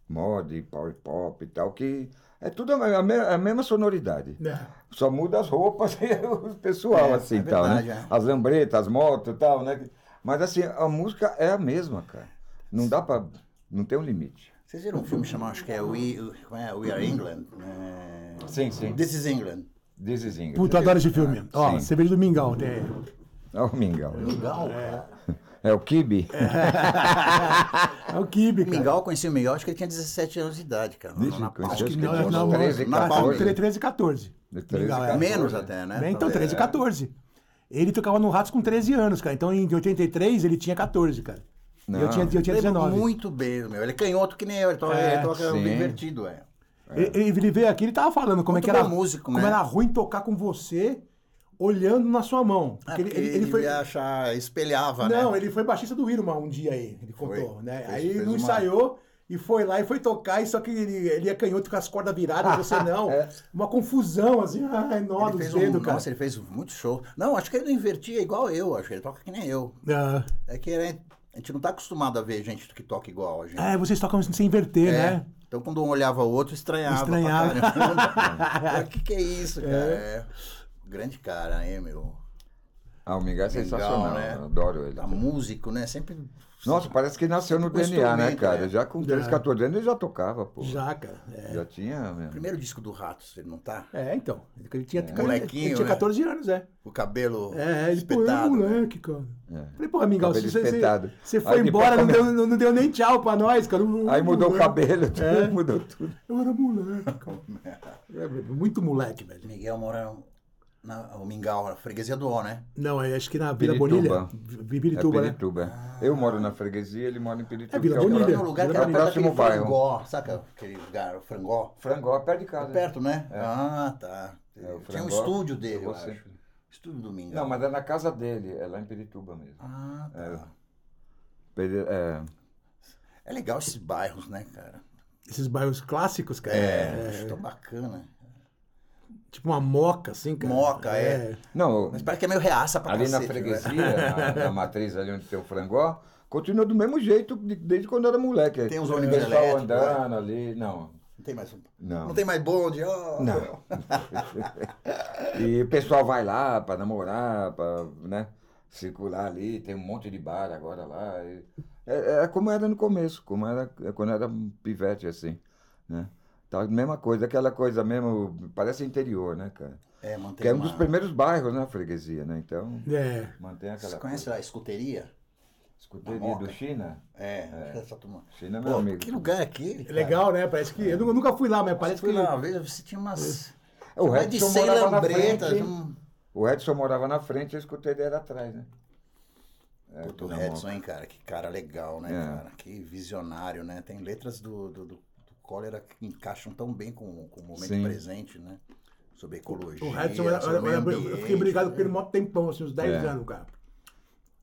C: mod, power pop e tal, que é tudo a, me- a mesma sonoridade.
A: É.
C: Só muda as roupas e o pessoal,
B: É,
C: assim,
B: é
C: tal, né?
B: verdade,
C: As lambretas, as motos e tal, né? Mas assim, a música é a mesma, cara. Não dá pra. Não tem um limite.
B: Vocês viram um filme chamado, acho que é We, como é? We Are England? É,
C: Sim, sim.
B: This is England.
C: This is English.
A: Puta, eu adoro esse filme. Ó,
C: Sim.
A: cerveja do Mingau, tem.
C: É o Mingau.
B: Mingau, cara.
C: É o Kibe.
A: É o Kibe,
B: O
A: cara.
B: Mingau, eu conheci o Mingau, acho que ele tinha 17 anos de idade, cara.
C: Vixe,
B: Palma.
C: conheceu
A: Que
C: Acho
A: não,
C: que
A: é- não,
C: uns
A: não,
C: 13,
A: na Palma,
B: 14.
A: 13, 13, 14.
C: De 13,
A: Legal, é.
C: 14.
B: Menos até, né?
A: Bem, então,
B: Talvez,
A: 13,
B: é.
A: 14. Ele tocava no Ratos com 13 anos, cara. Então, em 83, ele tinha 14, cara. E eu
C: Não.
A: tinha, eu tinha
B: Lembro
A: 19.
B: muito bem, meu. Ele é canhoto que nem eu, ele toca,
A: É,
B: ele toca
C: sim.
B: invertido, é.
A: Ele, ele veio aqui, ele tava falando como
B: Muito
A: é que era.
B: bom músico,
A: como
B: né?
A: era ruim tocar com você olhando na sua
B: É,
A: mão. Porque ele, ele- ele foi.
B: Ah, ia achar, espelhava, né?
A: Não, ele foi baixista do Irma um dia aí, ele contou,
B: Foi.
A: né?
B: Fez-
A: aí ele
B: fez
A: não
B: uma-
A: ensaiou e foi lá e foi tocar, e só que ele, ele é canhoto com as cordas viradas, você não. Uma confusão, assim, ai, nó
B: É. ele
A: dos
B: fez um,
A: dedos, cara.
B: Nossa, ele fez muito show. Não, acho que ele não invertia igual eu, acho que ele toca que nem eu.
A: Ah,
B: É que ele- a gente não tá acostumado a ver gente que toca igual a gente.
A: É, vocês tocam sem inverter,
B: É.
A: né?
B: Então quando um olhava o outro, estranhava. pra
A: Estranhava.
B: caramba. O que que é isso, cara? É. Grande cara, hein, meu?
C: Ah, o Mingau é sensacional.
B: né?
C: eu Adoro ele.
B: Tá músico, né? Sempre...
C: Nossa, parece que nasceu no
B: Com
C: DNA, né,
B: instrumento,
C: cara?
B: é.
C: Já com 13, 14 anos ele já tocava, pô.
A: Já, cara. É,
C: Já tinha. né?
B: Primeiro disco do Ratos, ele não tá?
A: É, então. Ele tinha, ele
B: Molequinho,
A: tinha
B: né?
A: 14 anos, é.
B: O cabelo
A: É, ele pô, é
B: espetado. né?
A: moleque, cara.
C: É.
A: Falei, porra, Mingau,
C: Cabelo
A: você, você-
C: espetado.
A: você
C: Aí
A: foi
C: depois
A: embora, não
C: come-
A: deu, não, não deu nem tchau pra nós, cara. Eu-
C: Aí
A: eu-
C: mudou o
A: eu-
C: cabelo,
A: É.
C: tudo, mudou tudo.
A: Eu era moleque, cara. É, muito moleque, velho.
B: Miguel Mourão. na- o Mingau, a freguesia do O, né?
A: Não, é, acho que na Vila
C: Pirituba.
A: Bonilha. Vi- Pirituba,
C: é
A: né?
C: Pirituba. Eu moro na freguesia, ele mora em Pirituba.
A: É Vila
C: que o
A: Bonilha.
B: Tem
C: próximo-
B: um lugar que
A: Vila
B: era
A: Maria.
B: perto
C: Próximo
B: daquele
C: bairro.
B: frangó. Sabe aquele lugar, o frangó?
C: Frangó, perto de casa.
B: É perto, né? Ah, tá.
C: É, o
B: Tinha
C: Frangó.
B: um estúdio dele, eu
C: Eu
B: acho.
C: sempre-
B: Estúdio do Mingau.
C: Não, mas é na casa dele, é lá em Pirituba mesmo.
B: Ah, tá.
C: É. Peri- é,
B: É legal esses bairros, né, cara?
A: Esses bairros clássicos,
C: É.
B: É.
A: cara. É,
B: Acho tão bacana.
A: Tipo uma moca, assim, cara.
B: Moca, é.
C: Não,
B: Mas parece que é meio reaça pra
C: ali na
B: cacete, né?
C: freguesia, na, na matriz ali onde tem o frangó, continua do mesmo jeito de- desde quando era moleque.
B: Tem uns
C: O
B: ônibus
C: pessoal
B: elétricos, né?
C: andando ali, não.
B: Não tem mais, um.
C: Não.
B: não tem mais bonde. ó.
C: Não. e o pessoal vai lá pra namorar, pra né, circular ali, tem um monte de bar agora lá. e- É, é como era no começo, como era é quando era um pivete assim, né? Tá, mesma coisa, aquela coisa mesmo, parece interior, né, cara?
B: É, mantém
C: Que é um dos
B: uma-
C: primeiros bairros, né, a freguesia, né? Então,
A: É.
C: mantém aquela
B: Você conhece a escuteria?
C: coisa. Escuteria
B: Mamoca?
C: do China?
B: É, essa turma.
C: China é meu
B: Pô,
C: amigo.
B: que lugar é aquele?
A: É
B: cara?
A: legal, né? Parece que. Eu nu- nunca fui lá, mas parece
B: Parece
A: que.
B: que lá uma vez você tinha umas.
C: É, o
B: Vai de
C: Edson
B: sem
C: morava na
B: lambreta.
C: frente.
B: hum.
C: O Edson morava na frente e a escuteria era atrás, né? É,
B: Puta, o
C: na
B: Edson, hein, cara? Que cara legal, né,
C: É.
B: cara? Que visionário, né? Tem letras do, do, do, do Cólera que encaixam tão bem com, com o momento
C: Sim.
B: presente, né? Sobre ecologia.
A: O Hudson, eu,
B: sobre meio
A: eu, eu fiquei
B: ambiente. né?
A: brigado com ele um maior tempão, assim, uns 10
C: É.
A: anos, cara.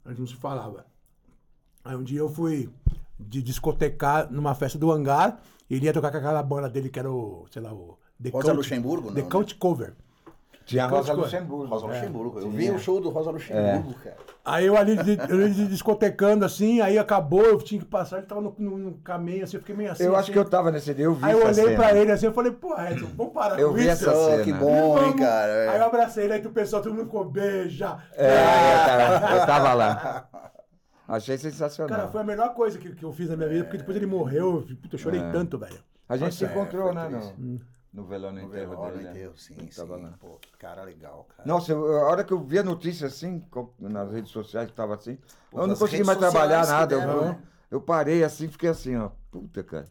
A: A gente não se falava. Aí um dia eu fui de discotecar numa festa do hangar, e ele ia tocar com aquela banda dele que era o, sei lá, o The
B: Rosa Luxemburgo, não,
A: The
B: né?
A: Couch Cover.
C: Tinha a Rosa
A: Cântico-
C: Luxemburgo.
B: Rosa
C: É.
B: Luxemburgo. Eu
C: Tinha.
B: vi o show do Rosa Luxemburgo, cara.
A: Aí eu ali, de- eu ali de discotecando assim, aí acabou, eu tinha que passar, ele tava no, no- no caminho, assim, eu fiquei meio assim.
C: Eu acho
A: assim.
C: que eu tava nesse dia, eu vi
A: Aí eu
C: essa
A: olhei
C: cena.
A: pra ele assim, eu falei, pô, Edson, vamos parar
C: Eu
A: com
C: vi
A: isso.
C: essa
B: Oh,
C: cena. né?
B: que
A: Não,
B: bom, hein,
A: vamos.
B: cara? É.
A: Aí eu abracei ele, aí que o pessoal, todo mundo ficou, beija.
C: É, eu tava, eu tava lá. Achei
A: Cara,
C: sensacional.
A: foi a melhor coisa que, que eu fiz na minha vida, porque depois ele morreu, eu, fi- puta, eu chorei
C: É.
A: tanto, velho.
C: A gente se
B: Nossa, é,
C: encontrou,
B: foi
C: né,
B: triste.
C: no, no velório
B: No
C: inteiro
B: velório
C: dele. né?
B: inteiro, sim,
C: Eu
B: sim.
C: tava lá.
B: Pô, que cara legal, cara.
C: Nossa, eu- a hora que eu vi a notícia assim, com- nas redes sociais que tava assim,
B: Pô,
C: eu não
B: as
C: consegui
B: redes
C: mais trabalhar
B: sociais que
C: nada.
B: deram,
C: eu,
B: né?
C: eu parei assim, fiquei assim, ó, puta, cara.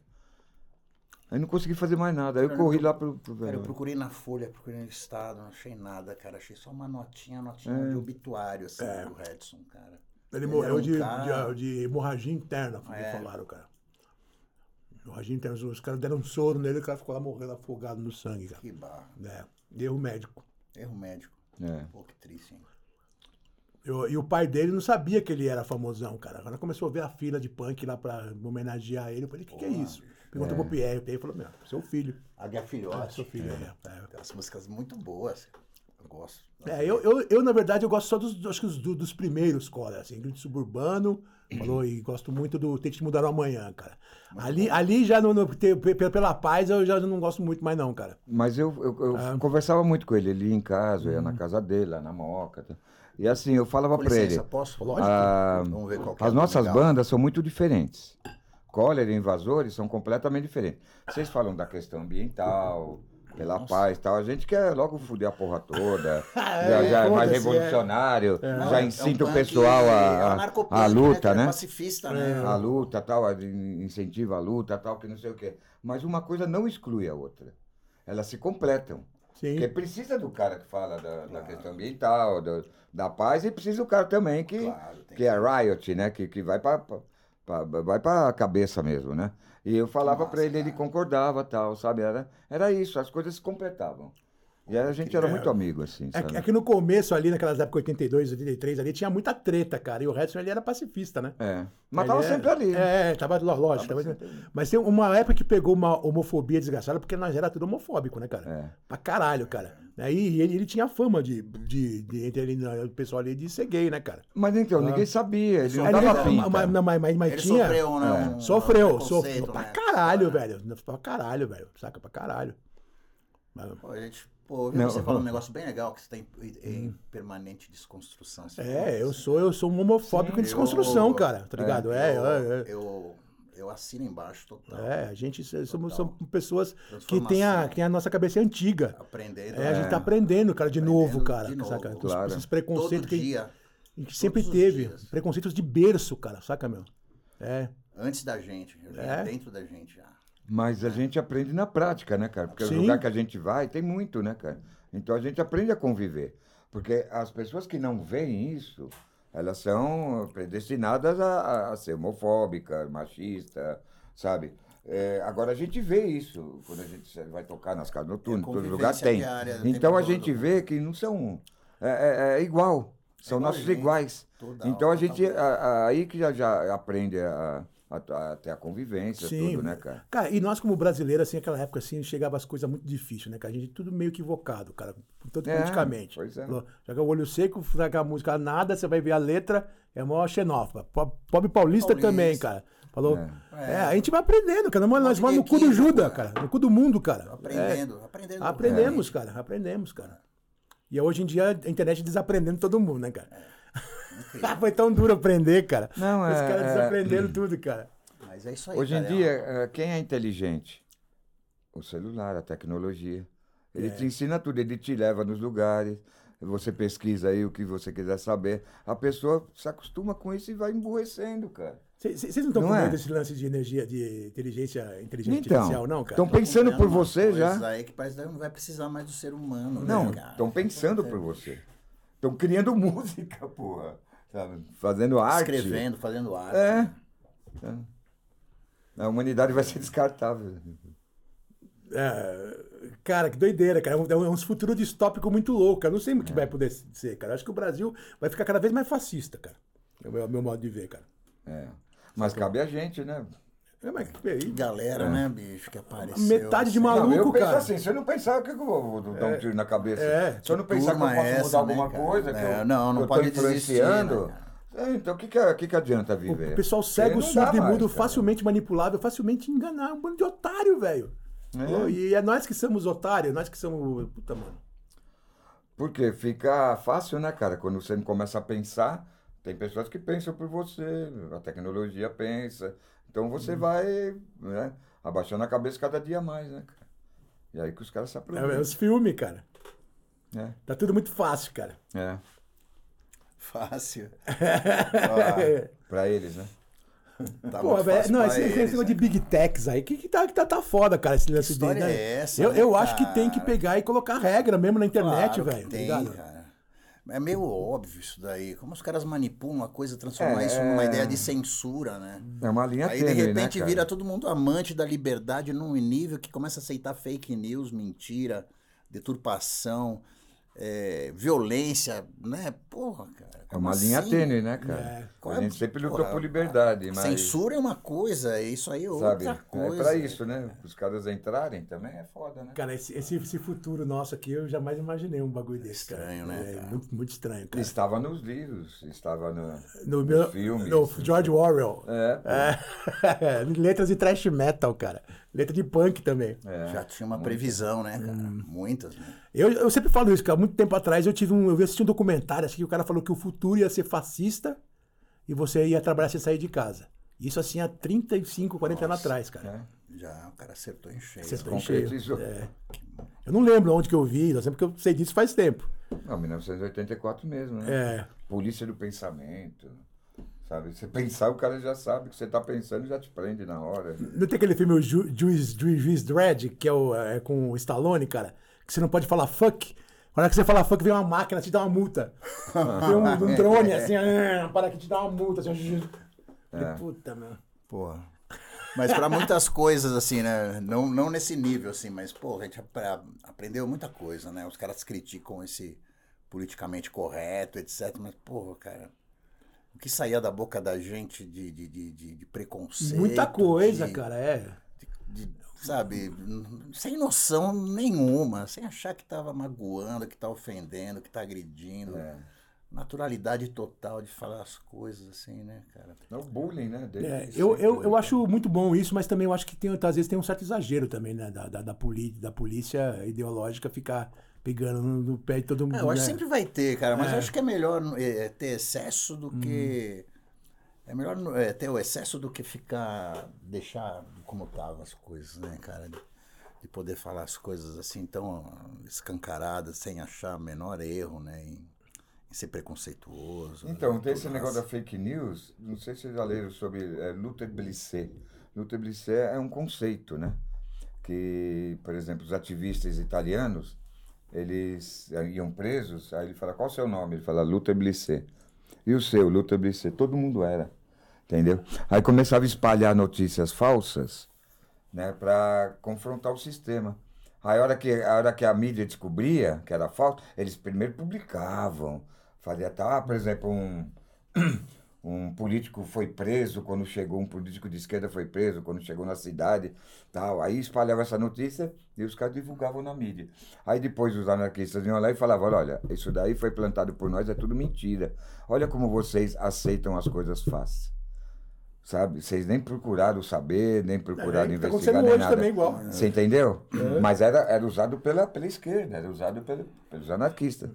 C: Aí não consegui fazer mais nada. Aí eu corri lá pro, pro
B: Cara, eu
C: velório.
B: procurei na Folha, procurei no Estado, não achei nada, cara. Achei só uma notinha, notinha
C: É.
B: de obituário, assim, do Redson, cara.
A: Ele
B: Ele
A: morreu
B: era um
A: de,
B: cara-
A: de, de hemorragia interna, foi o que
B: É.
A: falaram, cara. Hemorragia interna, os- os caras deram um soro nele, o cara ficou lá morrendo afogado no sangue, cara.
B: Que barra.
A: É, e o médico.
B: Erro médico.
C: É.
B: Pô, que triste, hein?
A: Eu- e o pai dele não sabia que ele era famosão, cara. Quando começou a ver a fila de punk lá pra homenagear ele, eu falei, o que, que é isso? Perguntou pro Pierre, o Pierre falou, meu, seu filho.
B: Águia
A: Ah, seu
B: Filhote.
A: filho, é. é.
B: Tem umas músicas muito boas. Eu gosto.
A: É, eu, eu, eu, na verdade, eu gosto só dos, acho que os do- dos primeiros cólera, assim, Grito Suburbano, falou, e gosto muito do Tente Te Mudar o Amanhã, cara. Ali, ali já, no, no- te- pe- pe- pela paz, eu já não gosto muito mais não, cara.
C: Mas eu, eu, eu conversava muito com ele, ele ia em casa, eu ia na casa dele, lá na Moca. tá? E assim, eu falava
B: Com
C: pra ele.
B: licença, posso?
C: Ah,
B: Vamos ver qual que é
C: As
B: o
C: nossas
B: legal.
C: bandas são muito diferentes. Cólera e invasores são completamente diferentes. Vocês falam da questão ambiental, pela paz e tal. A gente quer logo fuder a porra toda. já, já é mais
A: foda-se, é.
C: revolucionário, já
B: É um
C: incita o
B: punk
C: pessoal a,
B: anarcopunk,
C: a, a luta,
B: que é
C: né?
B: Pacifista, né?
C: A luta, tal, a- incentiva a luta, tal, que não sei o quê. Mas uma coisa não exclui a outra. Elas se completam.
A: Sim. É
C: Porque precisa do cara que fala da, da questão ambiental, do- da paz, e precisa do cara também que,
B: Claro, tem
C: que é riot, né? Que, que vai pra, pra, pra- vai pra cabeça mesmo, né? E eu falava pra ele, ele concordava tal, sabe? Era, era isso, as coisas se completavam. E a gente era muito amigo, assim,
A: É, que-
C: sabe?
A: é que no começo, ali, naquelas épocas 82, 83, ali, tinha muita treta, cara, e o Redson, ele era pacifista, né?
C: É. Mas
A: Ele
C: tava
A: é-
C: sempre ali.
A: É, é, tava, ló- lógico. Tava Mas tem uma época que pegou uma homofobia desgraçada, porque nós era tudo homofóbico, né, cara?
C: É.
A: Pra caralho, cara. Aí ele, ele tinha fama de, de, de- entre ele, o pessoal ali, de ser gay, né, cara?
C: Mas então, ninguém sabia, ele não
A: Aí
C: dava
A: ele- é
C: pinta.
A: mas- mas- mas- mas- mas
B: Ele
A: tinha-
B: sofreu,
C: É.
B: né? um-
A: Sofreu,
B: um
A: sofreu.
B: preconceito,
A: Pra
B: né?
A: caralho,
B: É.
A: velho. Pra caralho, velho. Saca? Pra caralho. Mas-
B: Pô, a gente, pô, eu vi
C: Não.
B: você falando um negócio bem legal, que você está em, em permanente desconstrução. assim. Você falou
A: Hum. É, eu
B: isso.
A: sou, eu sou um homofóbico
C: Sim,
A: em desconstrução,
B: eu-
A: cara. Tá ligado? É,
B: eu,
A: é, é.
B: Eu, eu assino embaixo total.
A: É, a gente se- somos,
B: Total.
A: são pessoas que
B: Transformação.
A: tem a, que tem a nossa cabeça antiga.
B: Aprendendo.
A: É, a gente
B: né?
A: tá aprendendo, cara, de
B: Aprendendo
A: novo, cara.
B: de novo.
A: saca? Com os-
C: Claro.
A: Esses
B: todo
A: preconceitos que a gente-
B: dia.
A: a gente sempre
B: todos os
A: teve.
B: dias.
A: Preconceitos de berço, cara, saca, meu? É.
B: Antes da gente, eu já
A: É.
B: dentro da gente já.
C: Mas a gente aprende na prática, né, cara? Porque
A: Sim.
C: o lugar que a gente vai tem muito, né, cara? Então a gente aprende a conviver. Porque as pessoas que não veem isso, elas são predestinadas a, a ser homofóbica, machista, sabe? É, agora a gente vê isso quando a gente vai tocar nas casas noturnas, todo
B: convivência
C: lugar tem.
B: diária, o
C: então
B: tempo
C: a gente
B: todo.
C: vê que não são. É, é- é igual. São
B: É
C: nossos
B: igualzinho.
C: iguais.
B: Toda
C: Então a
B: hora,
C: gente.
B: toda
C: a- a- aí que já, já aprende a, a, a ter a
B: é
C: convivência, tudo, né, cara?
A: Cara, e nós, como brasileiros, assim, naquela época, assim, chegava as coisas muito difíceis, né, cara? A gente tudo meio equivocado, cara, tanto
C: É,
A: politicamente.
C: pois é.
A: Joga o olho seco, joga a música nada, você vai ver a letra, é mó xenófoba. Po- Pobre paulista,
B: Paulista.
A: também, cara. Falou. É.
B: É.
A: a gente vai aprendendo, cara. Nós, nós vamos no cu do
B: Equívoco,
A: Judas,
B: cara.
A: cara. No cu do mundo, cara.
B: Aprendendo, aprendendo.
A: É. Aprendemos, cara. Aprendemos, cara. E hoje em dia a internet desaprendendo todo mundo, né, cara? Foi tão duro aprender, cara.
C: Não,
A: Os
C: é-
A: caras
C: é-
A: desaprendendo tudo, cara.
B: Mas é isso aí.
C: Hoje em
B: cara, é
C: dia,
B: uma-
C: eh, quem é inteligente? O celular, a tecnologia.
B: É.
C: Ele te ensina tudo, ele te leva nos lugares, você pesquisa aí o que você quiser saber. A pessoa se acostuma com isso e vai emburrecendo, cara.
A: Cê- cê- Vocês não estão
C: Não
A: com medo
C: é?
A: desse lance de energia, de inteligência, inteligência
C: Então,
A: artificial, não, cara?
C: estão pensando por
B: um Uma
C: você
B: coisa
C: já.
B: aí que parece que não vai precisar mais do ser humano. né,
C: Não,
B: cara?
A: então
C: estão pensando por você. Estão criando música, porra. Sabe? Fazendo arte.
B: Escrevendo, fazendo arte.
C: É. É. A humanidade vai ser descartável.
A: É, cara, que doideira, cara. É um, é um futuro distópico muito louco, cara. Não sei o que vai poder ser, cara. Acho que o Brasil vai ficar cada vez mais fascista, cara. É o meu, meu modo de ver, cara.
C: É. Mas cabe a gente, né?
A: É, mas, peraí.
B: Galera, né, bicho, que apareceu.
A: É. Metade de
B: assim.
A: maluco.
C: não, eu penso
A: cara.
C: assim, se eu não pensar, o que que eu vou, vou dar um tiro na cabeça?
A: é,
C: se eu não pensar que eu
B: turma
C: posso
B: é
C: mudar
B: essa,
C: alguma
B: né, cara?
C: coisa, que
B: É,
C: eu,
B: não, não
C: que eu
B: pode
C: tô influenciando,
B: desistir, né,
C: é, então o que, que, é- que, que adianta viver?
A: O
B: é,
A: pessoal cego,
C: Porque não dá
A: surdo e
C: mais,
A: mudo,
C: cara.
A: facilmente manipulável, facilmente enganar. Um bando de otário, velho. Pô, E é nós que somos otários, nós que somos. Puta, mano.
C: Porque fica fácil, né, cara? Quando você começa a pensar, tem pessoas que pensam por você, a tecnologia pensa. Então
A: Uhum.
C: você vai né, abaixando a cabeça cada dia mais, né, cara? E aí que os caras se
A: É,
C: aproveitam.
A: é os filmes, cara.
C: né?
A: Tá tudo muito fácil, cara.
C: É.
B: Fácil.
C: Pra eles, né?
B: Ah, Tá
A: Pô,
B: muito
A: velho,
B: fácil
A: não,
B: pra
A: esse, esse
B: eles,
A: negócio de
B: né?
A: Big Techs aí, que, que, tá, que tá, tá foda, cara, esse lance
B: Que história
A: dele, né?
B: é essa,
A: eu
B: né,
A: eu acho que
B: cara?
A: tem que pegar e colocar regra mesmo na internet,
B: Claro que
A: velho. tá
B: Tem,
A: ligado?
B: cara. É meio óbvio isso daí. Como os caras manipulam uma coisa, transformar
C: É,
B: isso numa
C: é.
B: ideia de censura, né?
C: É uma linha
B: Aí, de
C: tênue, né,
B: repente,
C: cara?
B: vira todo mundo amante da liberdade num nível que começa a aceitar fake news, mentira, deturpação, é, violência, né? Porra, cara.
C: É
B: como
C: uma linha
B: assim?
C: tênue, né, cara?
B: Qual
C: A
B: é-
C: gente sempre lutou
B: porra,
C: por liberdade, mas.
B: Censura é uma coisa, isso aí é
C: sabe?
B: outra coisa.
C: É pra isso, né? Os caras entrarem também é foda, né?
A: Cara, esse, esse, esse futuro nosso aqui, eu jamais imaginei um bagulho desse,
B: estranho,
A: cara.
B: né,
A: É
B: cara?
A: muito, muito estranho, cara.
C: Estava nos livros, estava no. né?
A: No, meu,
C: filmes.
A: no George Orwell.
C: assim, É, pô,
A: É, letras de thrash metal, cara. Letra de punk também.
C: é. Hum.
B: Já tinha uma previsão, né, cara? Muitas, né?
A: Eu, eu sempre falo isso, cara. Muito tempo atrás eu tive um. Eu assisti um documentário, acho que o cara falou que o futuro ia ser fascista e você ia trabalhar sem sair de casa. Isso assim há 35, 40 anos atrás, cara.
C: né?
B: Já o cara acertou em cheio.
A: Acertou. Bem cheio.
C: Concretizou.
A: Eu não lembro onde que eu vi, eu sempre que eu sei disso faz tempo.
C: Não, 1984 mesmo, né?
A: É.
C: Polícia do pensamento. Sabe? Você pensar, o cara já sabe o que você tá pensando e já te prende na hora.
A: Não tem aquele filme o Ju, Juiz, Juiz, Juiz Dredd, que é, o, é com o Stallone, cara, que você não pode falar fuck. Na hora que você fala fuck, vem uma máquina te dá uma multa. Vem um, um drone assim, ah, para que te dá uma multa. Assim, ju- Falei, Puta, meu.
B: Porra. Mas pra muitas coisas, assim, né? Não, não nesse nível, assim, mas, pô, a gente apra- aprendeu muita coisa, né? Os caras criticam esse politicamente correto, etc. Mas, porra, cara, o que saía da boca da gente de, de, de, de- de preconceito.
A: Muita coisa,
B: de-
A: cara, é.
B: de- sabe, n- sem noção nenhuma, sem achar que tava magoando, que tá ofendendo, que tá agredindo.
C: É. né?
B: Naturalidade total de falar as coisas, assim, né, cara?
C: É o bullying, né? Desde
A: É, eu,
C: sempre,
A: eu,
C: né,
A: eu
C: cara?
A: acho muito bom isso, mas também eu acho que tem, às vezes tem um certo exagero também, né? Da, da, da, poli- da polícia ideológica ficar pegando no, no pé de todo mundo.
B: É, eu acho que
A: né?
B: sempre vai ter, cara, mas
A: É.
B: eu acho que é melhor eh, ter excesso do que.
C: Uhum.
B: É melhor eh, ter o excesso do que ficar. deixar como estavam as coisas, né, cara? De, de poder falar as coisas assim tão escancaradas, sem achar menor erro, né? Em, em ser preconceituoso.
C: Então,
B: né,
C: tem
B: tudo
C: esse negócio da
B: mais.
C: fake news, não sei se vocês já leram sobre é, Luther Blissé, no Teblicé é um conceito, né? Que, por exemplo, os ativistas italianos, eles eh, iam presos, aí ele fala, qual o seu nome? Ele fala, Luta Blissé. E o seu, Luta Blissé? Todo mundo era, entendeu? Aí começava a espalhar notícias falsas, né, para confrontar o sistema. Aí a hora, que, a hora que a mídia descobria que era falso, eles primeiro publicavam, fazia tal, ah, por exemplo, um, um político foi preso quando chegou, um político de esquerda foi preso quando chegou na cidade, tal. Aí espalhava essa notícia e os caras divulgavam na mídia. Aí depois os anarquistas iam lá e falavam, olha, isso daí foi plantado por nós, é tudo mentira. Olha como vocês aceitam as coisas fáceis. Sabe? Vocês nem procuraram saber, nem procuraram
A: É, tá acontecendo
C: investigar, nem
A: hoje
C: nada.
A: também igual. É.
C: Você entendeu? Mas era, era usado pela, pela esquerda, era usado pelo, pelos anarquistas.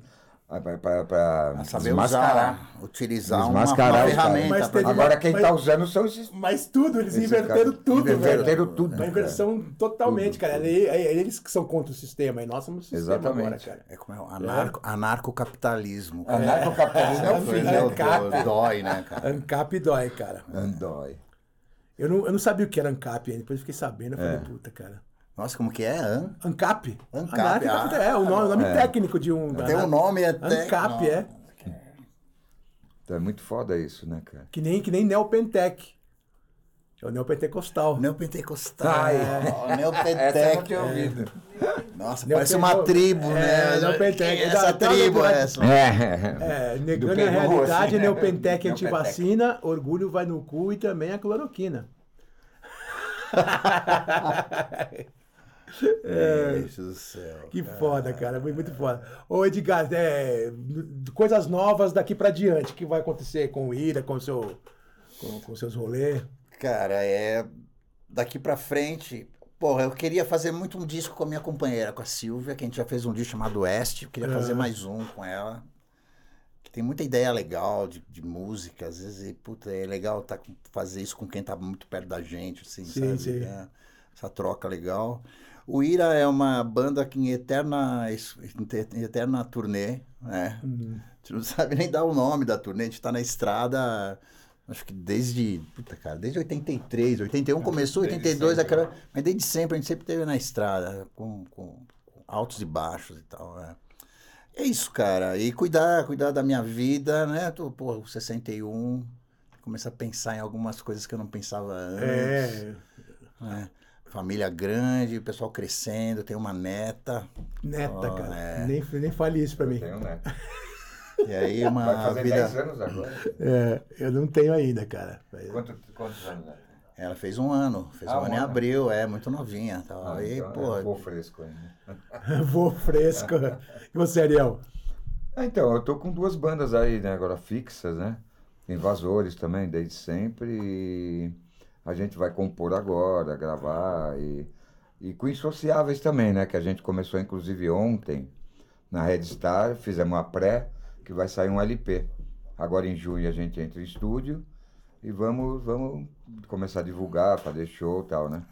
C: Ah, Para
B: A saber usar, utilizar uma, uma
C: Desmascarar os caras.
B: ferramenta.
A: Mas
B: pra-
A: teve-
C: Agora quem
A: Mas-
C: está usando são esses.
A: Mas tudo, eles
C: Esse
A: inverteram
C: cara-
A: tudo, velho.
C: Inverteram tudo.
A: Uma
C: cara.
A: inversão totalmente,
C: Tudo,
A: cara. E- e- Eles que são contra o sistema, e nós somos o sistema
C: Exatamente.
A: agora, cara.
B: É como é, o anarco, anarcocapitalismo. cara.
C: Anarcocapitalismo é o
B: Essa
A: fim,
B: coisa
A: né,
B: do-
A: cara?
B: Dói, né, cara?
A: ANCAP dói, cara.
C: Andói.
A: Eu não, eu não sabia o que era ANCAP, aí depois eu fiquei sabendo, eu falei,
C: É.
A: puta, cara.
B: Nossa, como que é? An?
A: ANCAP?
B: ANCAP,
A: Anarquocapita-
B: ah,
A: é, o nome, o nome técnico de um...
B: Tem um nome até.
A: ANCAP,
B: Não.
A: é.
C: Então é muito foda isso, né, cara?
A: Que nem, que nem Neopentec. É o Neopentecostal.
B: Neopentecostal.
C: Ai.
B: Ó,
C: Essa é eu não
B: Neopentec.
C: tinha ouvido.
B: Nossa,
A: Neo-
B: parece uma
A: Neo-
B: tribo,
A: é,
B: né?
A: Neopentec.
B: Essa
A: Dá- dá-
B: tribo,
A: dá-
B: essa.
C: É.
A: É,
C: Do
A: negando
C: Pedro
A: a realidade,
C: Rossi, né?
A: Neopentec
C: Neopentec.
A: antivacina, orgulho vai no cu e também a cloroquina.
B: Meu Deus do céu.
A: Que foda, cara. Foi muito foda. Ô, Edgar, é, coisas novas daqui pra diante. O que vai acontecer com o Ira, com o seu. Com, com seus rolês.
B: Cara, é. Daqui pra frente. Porra, eu queria fazer muito um disco com a minha companheira, com a Silvia, que a gente já fez um disco chamado Oeste. Eu queria fazer
A: Aham.
B: mais um com ela. Que tem muita ideia legal de, de música. Às vezes, e, puta, é legal tá, com- fazer isso com quem tá muito perto da gente, assim,
A: Sim,
B: sabe?
A: sim.
B: É, essa troca legal. O Ira é uma banda que em eterna, em eterna turnê, né? A gente não sabe nem dar o nome da turnê, a gente tá na estrada, acho que desde, puta cara, desde 83, 81 começou, 82,
C: né?
B: aquela,
C: um
B: mas desde sempre, a gente sempre esteve na estrada, com, com altos e baixos e tal, né? É isso, cara, e cuidar, cuidar da minha vida, né? Tô, pô, com 61, começar a pensar em algumas coisas que eu não pensava antes,
A: É.
B: né? Família grande, o pessoal crescendo, tem uma neta,
A: Neta,
B: Ah,
A: cara.
B: é.
A: Nem, nem fale isso pra mim.
C: Tenho, né?
B: e aí uma
C: Vai fazer
B: Ah, vida...
C: 10 anos agora.
A: É, eu não tenho ainda, cara. Mas-
C: Quanto, quantos anos? né?
B: Ela fez um ano, fez
C: Ah,
B: um
C: um
B: ano em
C: ano.
B: abril, é, muito novinha. Tal.
C: Ah,
B: Aí,
C: então
B: pô,
C: é um pouco fresco ainda.
A: Vou fresco. E você, Ariel?
C: Ah, então, eu tô com duas bandas aí, né, agora fixas, né? Invasores também, desde sempre. E a gente vai compor agora, gravar e, e com Insociáveis também, né? Que a gente começou, inclusive, ontem na Red Star, fizemos uma pré, que vai sair um LP. Agora em junho a gente entra em estúdio e vamos, vamos começar a divulgar, fazer show e tal, né?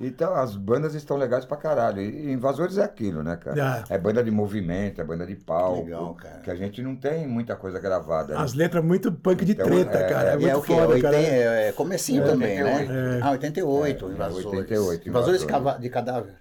C: Então, as bandas estão legais pra caralho. E Invasores é aquilo, né, cara? É banda de movimento, é banda de palco.
B: Legal, cara.
C: Que a gente não tem muita coisa gravada. né?
A: As letras muito punk de
C: Então,
A: treta,
C: é-
A: cara. É
C: é
B: e
A: muito
B: é o quê?
A: foda,
B: 80,
A: cara.
B: é, é comecinho também, né?
C: 88.
B: Ah, 88,
C: É,
B: invasores.
C: 88,
B: invasores
C: invasores.
B: de, cava- de cadáver.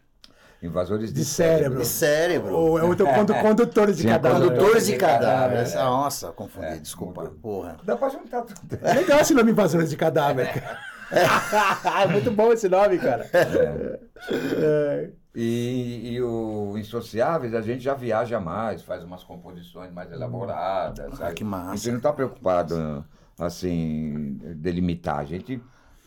C: Invasores de,
A: De cérebro.
B: De cérebro.
A: Ou é outro quando condutores de
C: Tinha
A: cadáver.
B: Condutores de
C: É,
B: cadáver.
C: é.
B: Essa- Nossa, confundi,
C: É,
B: desculpa.
C: mudou.
B: Porra.
C: Dá pra juntar tudo.
A: É Legal esse nome Invasores de Cadáver, cara. É muito bom esse nome, cara. É.
C: E, e o Insociáveis, a gente já viaja mais, faz umas composições mais elaboradas. sabe?
B: Hum. Ah, que massa.
C: A gente não está preocupado, assim, delimitar. A gente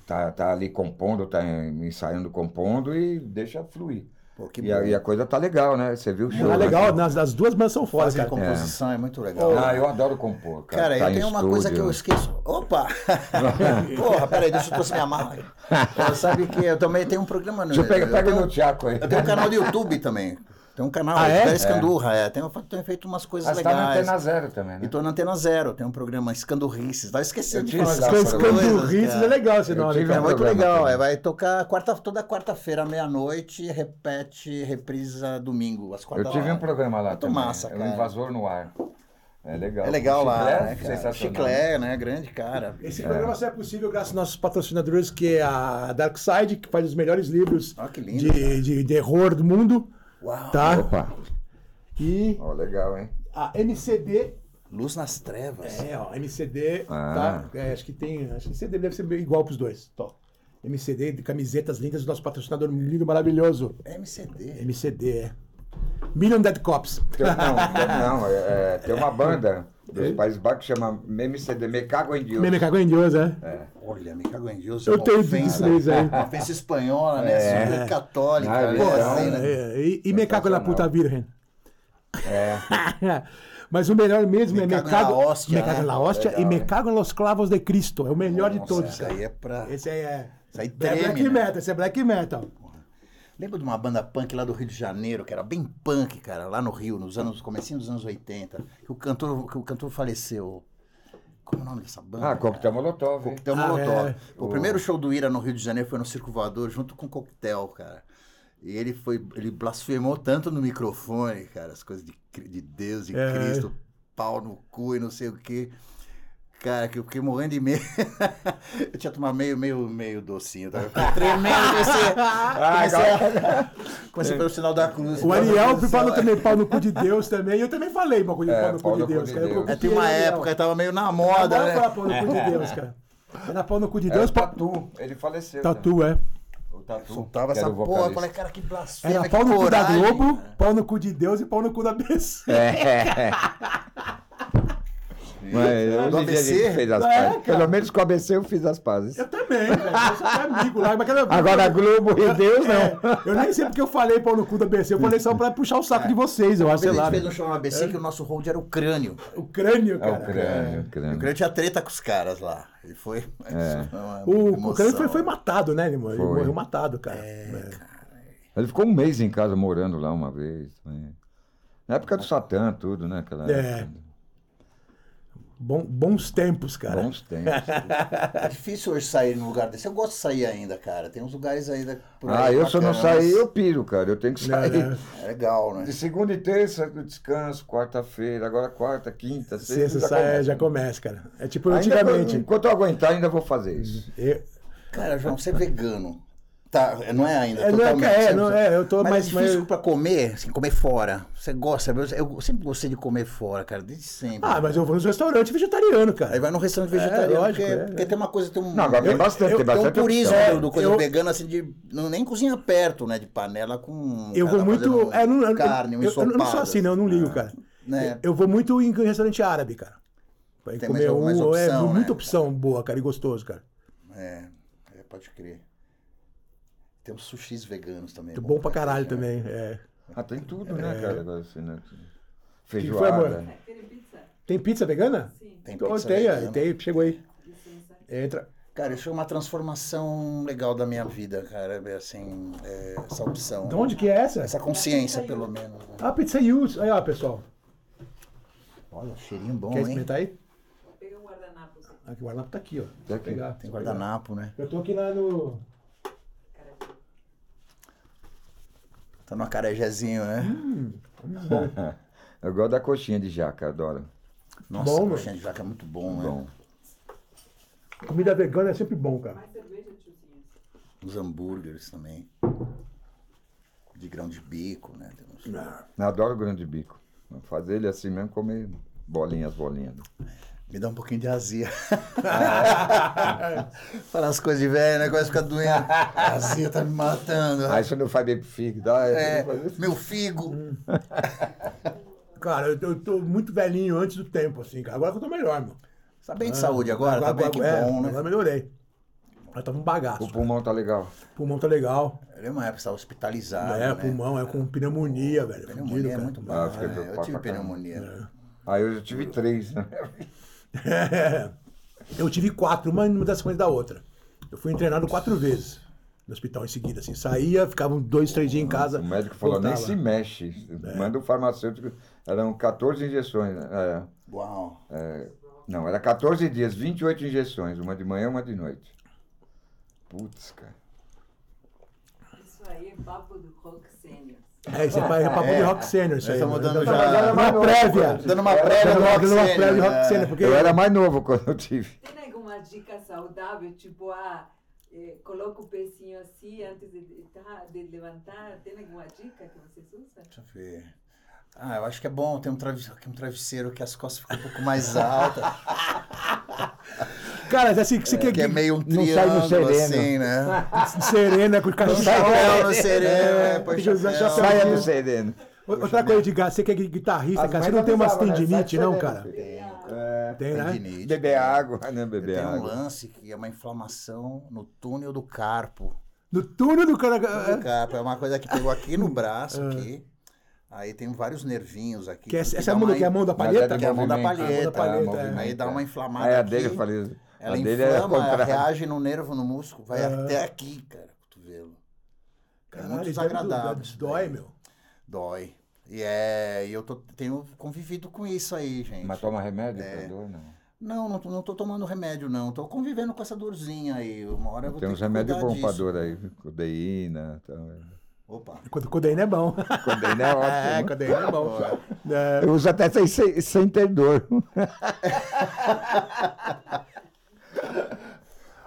C: tá, tá ali compondo, tá ensaiando, compondo e deixa fluir.
B: Pô, que
C: E a,
B: bom. tá
C: e a coisa tá legal, né? Você viu o show?
A: Ah,
C: né?
A: legal, nas, as duas bandas são fodas,
B: Fazer
A: cara.
B: composição é. muito legal.
C: Ah, eu adoro compor, cara.
B: Cara,
C: Tá
B: eu
C: em
B: tenho uma coisa que eu
C: estúdio.
B: esqueço. Opa! Porra, peraí, deixa eu trouxer minha mala. Pô, sabe que eu também tenho um programa no
C: Deixa eu pegar,
B: eu
C: pega
B: tenho-
C: meu tiaco aí.
B: Eu tenho um canal do YouTube também. Tem um canal,
A: Ah, é?
B: Espera Escandurra, é. Tenho, tenho feito umas coisas
C: Ah, você tá na
B: legais.
C: antena zero também,
B: E
C: né?
B: tô na Antena Zero, tem um programa Escandurrices. Tá esquecendo de
C: Eu
B: falar
C: tive
B: essas
C: essas
B: coisas,
A: Escandurrices
B: cara.
A: é legal esse
C: Eu
A: nome,
C: tive
B: É
A: cara.
C: uma-
B: muito
C: né, programa
B: legal,
C: também.
B: é, vai tocar quarta, toda quarta-feira, meia-noite, repete, reprisa domingo, às
C: Eu
B: quarta
C: tive um
B: horas.
C: programa lá
B: Muito
C: também.
B: massa,
C: é um
B: cara.
C: invasor no ar. É legal.
B: É legal lá,
C: Chiclé,
B: né, cara?
C: sensacional.
B: Chiclé, né? Grande cara.
A: Esse programa só é possível graças aos nossos patrocinadores, que é a Darkside, que faz os melhores livros
B: Ó, Ah, que lindo.
A: de, de, de terror do mundo,
B: Uau.
A: tá?
C: Opa.
A: E
C: Ó, legal, hein?
A: a MCD,
B: Luz nas trevas.
A: é, ó, MCD,
C: Ah.
A: tá? É, acho que tem, acho que CD deve ser meio igual pros dois, tá? MCD, de camisetas lindas do nosso patrocinador um lindo, maravilhoso.
B: É, MCD.
A: MCD, é. Million Dead Cops.
C: Tem, um, não, tem, não é, é, tem uma banda dos Países Baixos que chama MCD, Me Cago em Deus.
A: Meme cagou em Deus, é?
B: Olha, me cago em Deus.
A: Eu
B: uma
A: tenho
B: ofensa, né?
A: disso aí.
B: Uma ofensa espanhola, né? Super católica.
C: Ah, é
B: né?
C: legal,
B: Assim, né?
A: É, e, e me cago na puta
C: Sensacional.
A: virgem.
C: É,
A: Mas o melhor mesmo
B: Me
A: é
B: cago
A: me
B: na
A: cago,
B: hóstia,
A: me cago
B: né?
A: na hóstia e
C: Legal,
A: me
C: né?
A: cago nos clavos de Cristo. É o melhor de
B: Nossa,
A: todos,
B: Isso
A: cara.
B: aí é pra.
A: Esse aí é.
B: Isso aí
A: é black
B: treme, né?
A: metal, esse é black metal.
B: Lembra de uma banda punk lá do Rio de Janeiro, que era bem punk, cara, lá no Rio, nos anos, comecinho dos anos 80, que o cantor, que o cantor faleceu. Como é o nome dessa banda?
C: ah,
B: cara?
C: Coquetel Molotov. hein?
B: Coquetel
A: Ah,
B: um Molotov.
A: é.
B: O primeiro show do Ira no Rio de Janeiro foi no Circo Voador, junto com o Coquetel, cara. E ele foi, ele blasfemou tanto no microfone, cara, as coisas de, cri- de Deus, de
A: É.
B: Cristo, pau no cu e não sei o quê. Cara, que eu fiquei morrendo de medo. eu tinha que tomar meio, meio, meio docinho. Tá? Eu fiquei tremendo, comecei, comecei, a- comecei pelo sinal da cruz.
A: Ah, O Ariel falou
B: também.
A: também pau no cu de Deus também. Eu também falei pau de
C: É,
A: pau no cu
C: pau
A: de
C: no cu
A: Deus,
C: de
A: cara. Eu
C: Deus.
B: É,
A: copiei
B: tem uma
A: o Ariel.
B: época que tava meio na
A: Agora
B: moda,
A: eu falar
B: né?
A: pau no cu de Deus, cara. Era pau no cu de
C: Era
A: Deus,
C: É, o
A: pra...
C: Tatu, ele faleceu. né?
A: tatu, é.
C: O Tatu.
B: Soltava
C: que era
B: essa
C: o
B: porra, eu
C: vocalista.
B: falei, cara, que blasfêmia,
A: Era
B: que
A: pau no cu da
B: coragem,
A: Globo,
B: cara.
A: pau no cu de Deus e pau no cu da BC.
C: É. Mas
B: Do
C: hoje em dia a gente
B: ABC?
C: fez
A: É,
C: as pazes.
A: cara.
C: Pelo menos com o ABC eu fiz as pazes.
A: Eu também, cara. Eu sou até amigo lá. Mas aquela...
C: Agora a Globo e Deus não.
A: É, eu nem sei porque eu falei pau no cu da BC. Eu falei só pra puxar o
C: É.
A: saco de vocês, eu acho, sei
B: a gente
A: lá. né? É.
B: fez um show no ABC que o nosso hold era o crânio.
A: O crânio,
C: É
A: cara.
C: o crânio, o
B: E O
C: crânio.
B: crânio tinha treta com os caras lá. E foi. isso foi uma
A: O,
B: emoção.
A: É. o crânio foi, foi matado, né, ele, mor- ele
C: Foi.
A: morreu matado, cara. É.
C: Ele ficou um mês em casa morando lá uma vez. né? Na época do Satã, tudo, né? Aquela
A: É.
C: época.
A: Bom- bons tempos, cara.
C: Bons tempos.
B: É difícil hoje sair num lugar desse. Eu gosto de sair ainda, cara. Tem uns lugares ainda. por
C: Ah,
B: aí
C: eu se eu não
B: bacanas.
C: sair, eu piro, cara. Eu tenho que sair.
A: Não, não.
B: É legal, né?
C: De segunda e terça eu descanso, quarta-feira, agora quarta, quinta, sexta.
A: Sexta,
C: já
A: sai,
C: começa.
B: né?
A: já começa, cara. É tipo
C: Ainda
A: antigamente.
C: vou- enquanto eu aguentar, ainda vou fazer isso.
A: Eu-
B: Cara, João, você é vegano. Tá, não é ainda,
A: É, não é,
B: totalmente.
A: é,
B: você-
A: não é, eu tô
B: mas
A: mais-
B: É difícil
A: mas-
B: pra comer, assim, comer fora. Você gosta, eu, eu sempre gostei de comer fora, cara, desde sempre.
A: Ah, mas eu vou nos restaurantes vegetariano, cara.
B: Aí vai num restaurante vegetariano,
A: lógico,
B: porque,
A: é,
B: porque
A: é.
B: tem uma coisa, tem um...
C: Não, agora tem bastante, tem
B: Tem um
C: bastante.
B: purismo
C: opção.
B: do, do coisa
A: eu-
B: vegana, assim, de não, nem cozinha perto, né? De panela com.
A: Eu
B: um cara
A: vou muito.
B: fazendo
A: é, não- eu-
B: carne,
A: eu,
B: um
A: eu não sou
B: ensopado,
A: assim, não, eu não ligo, cara.
B: né?
A: Eu vou muito em restaurante árabe, cara. Pra ir
B: Tem mais
A: comer
B: alguma- mais
A: um, é
B: opção, né,
A: muita
B: cara?
A: opção boa, cara, e gostoso, cara.
B: É, é, pode crer. Tem uns sushis veganos também. é
A: Muito bom pra caralho também. É.
C: Ah, tem tudo, né, cara? Agora assim, né?
A: foi,
C: Feijoada.
A: amor?
D: Aquele pizza?
A: Tem pizza vegana?
D: Sim,
B: Tem
A: Então,
B: pizza
A: tem, ó,
B: vegana.
A: tem, chegou aí.
D: licença.
A: Entra.
B: Cara, isso foi uma transformação legal da minha vida, cara. é Assim, é, essa opção.
A: De onde que é essa?
B: Essa consciência, pelo menos. né?
A: Ah, pizza Yus. Aí, ó, pessoal.
B: Olha, cheirinho bom,
A: Quer
B: hein?
A: experimentar aí?
D: Pega um guardanapo. assim.
A: Aqui, o guardanapo tá aqui, ó.
C: Tá aqui.
A: Pegar,
B: Tem guardanapo, né?
A: Eu tô aqui lá no.
B: Tá no acarajézinho, né?
C: Eu gosto da coxinha de jaca, adoro.
B: Nossa,
A: Bom,
B: a coxinha de vaca é muito bom,
C: Bom.
B: né?
A: Comida vegana é sempre bom, cara.
D: Mais cerveja, tiozinho.
B: Os hambúrgueres também. De grão de bico, né? Tem uns-
C: Eu Adoro grão de bico. Fazer ele assim mesmo, comer bolinhas, bolinhas.
B: Me dá um pouquinho de azia. Falar as coisas de velho, né? Começa a ficar doendo. A azia tá me matando.
A: Ah.
C: Aí você Ah, não faz bem pro fígado. Ah,
B: É,
C: eu vou fazer-
B: meu figo.
A: Cara, eu, eu tô muito velhinho antes do tempo, assim, cara. Agora que eu tô melhor, meu.
B: Tá bem de saúde agora? tá bem que
A: é,
B: bom, né?
A: Agora melhorei. Mas tava um bagaço.
C: O pulmão tá legal.
A: cara. Pulmão tá legal.
B: Eu lembro uma época que estava hospitalizado.
A: é,
B: né?
A: pumão, é com pneumonia, velho.
B: Pneumonia
A: fudido,
B: é
A: cara.
B: muito bom.
C: Ah, eu fiquei
B: né? Eu
C: preocupado
B: tive
C: pra caramba.
B: pneumonia.
C: Aí eu já tive três, né?
A: É. Eu tive quatro, uma uma das sequência da outra. Eu fui internado quatro vezes no hospital em seguida, assim. Saía, ficava um dois, três dias em casa.
C: O médico falou, nem
A: voltava.
C: se mexe. Manda o farmacêutico. Eram 14 injeções. né? É,
B: Uau.
C: é, não, era 14 dias, 28 injeções. Uma de manhã, uma de noite. Putz, cara.
D: Isso aí é papo do rock sênior.
A: É, isso é, pra- é papo de rock senior, isso aí.
B: Nós estamos
A: mano.
B: dando
A: Dando
B: já-
A: uma-
C: Mas não,
A: Uma prévia.
C: gente.
B: Dando uma prévia
A: Dando
B: do
A: uma-
B: rock
A: dando uma prévia de
B: sênior,
A: rock
B: é.
A: sênior, porque...
C: Eu era mais novo quando eu tive.
D: Tem alguma dica saudável? Tipo, ah, eh, coloca o pezinho assim antes de, de, tá, de levantar. Tem alguma dica que vocês usam?
B: Deixa eu ver. Ah, eu acho que é bom ter um travesseiro, um travesseiro que as costas ficam um pouco mais altas.
A: Cara, assim, que você quer...
B: que é meio um
C: Não sai no
B: triângulo,
C: sereno.
B: assim, né?
A: Serena, com
B: Não
A: cachorro.
B: sai não, no sereno,
A: É,
B: é, põe
A: tem que usar
B: chapéu. um
A: chapéu.
C: Saia do sereno.
A: Outra coisa, de você que é guitarrista,
C: As
A: cara, você
C: mães
A: não tem umas
C: avisavam, né? Sai do
A: tendinite, não,
C: sereno,
A: cara?
C: filho.
A: É, Tem, né?
B: Tendinite.
C: Beber água, né?
B: Eu
C: Beber
B: tenho um
C: água.
B: lance que é uma inflamação no túnel do carpo.
A: No túnel do cara...
B: Túnel do carpo é uma coisa que pegou aqui no braço, aqui. Aí tem vários nervinhos aqui.
A: É. Que é-
B: que
A: essa
B: dá
A: mão
B: uma
A: do- que é a mão da
C: Mas
A: palheta? né?
C: é
B: Que é a mão da
C: movimento.
B: palheta, né?
A: a mão da
C: é,
A: palheta,
B: Aí dá uma inflamada
C: É, a
B: aqui.
C: dele eu falei. isso.
B: Ela
C: a dele é era
B: inflama, ela
C: contrária.
B: reage no nervo, no músculo, vai
A: Ah.
B: até aqui, cara, cotovelo. É
A: Caralho,
B: muito
A: deve do-
B: desagradável. isso
A: Dói,
B: daí.
A: meu.
B: Dói. E é, e eu tô, tenho convivido com isso aí, gente.
C: Mas toma remédio
B: É.
C: pra dor, não.
B: Não, não, tô- não tô tomando remédio, não. Tô convivendo com essa dorzinha aí. Uma hora eu vou
C: Tem
B: ter
C: uns
B: que
C: remédios
B: cuidar
C: bons pra
B: disso.
C: dor aí, viu? codeína. Tal. é.
B: Opa.
A: Quando codeína é bom.
C: Codeína é
A: É,
C: ótimo.
A: codeína é bom.
B: Boa.
A: É,
C: Eu uso até sem- sem, sem ter dor.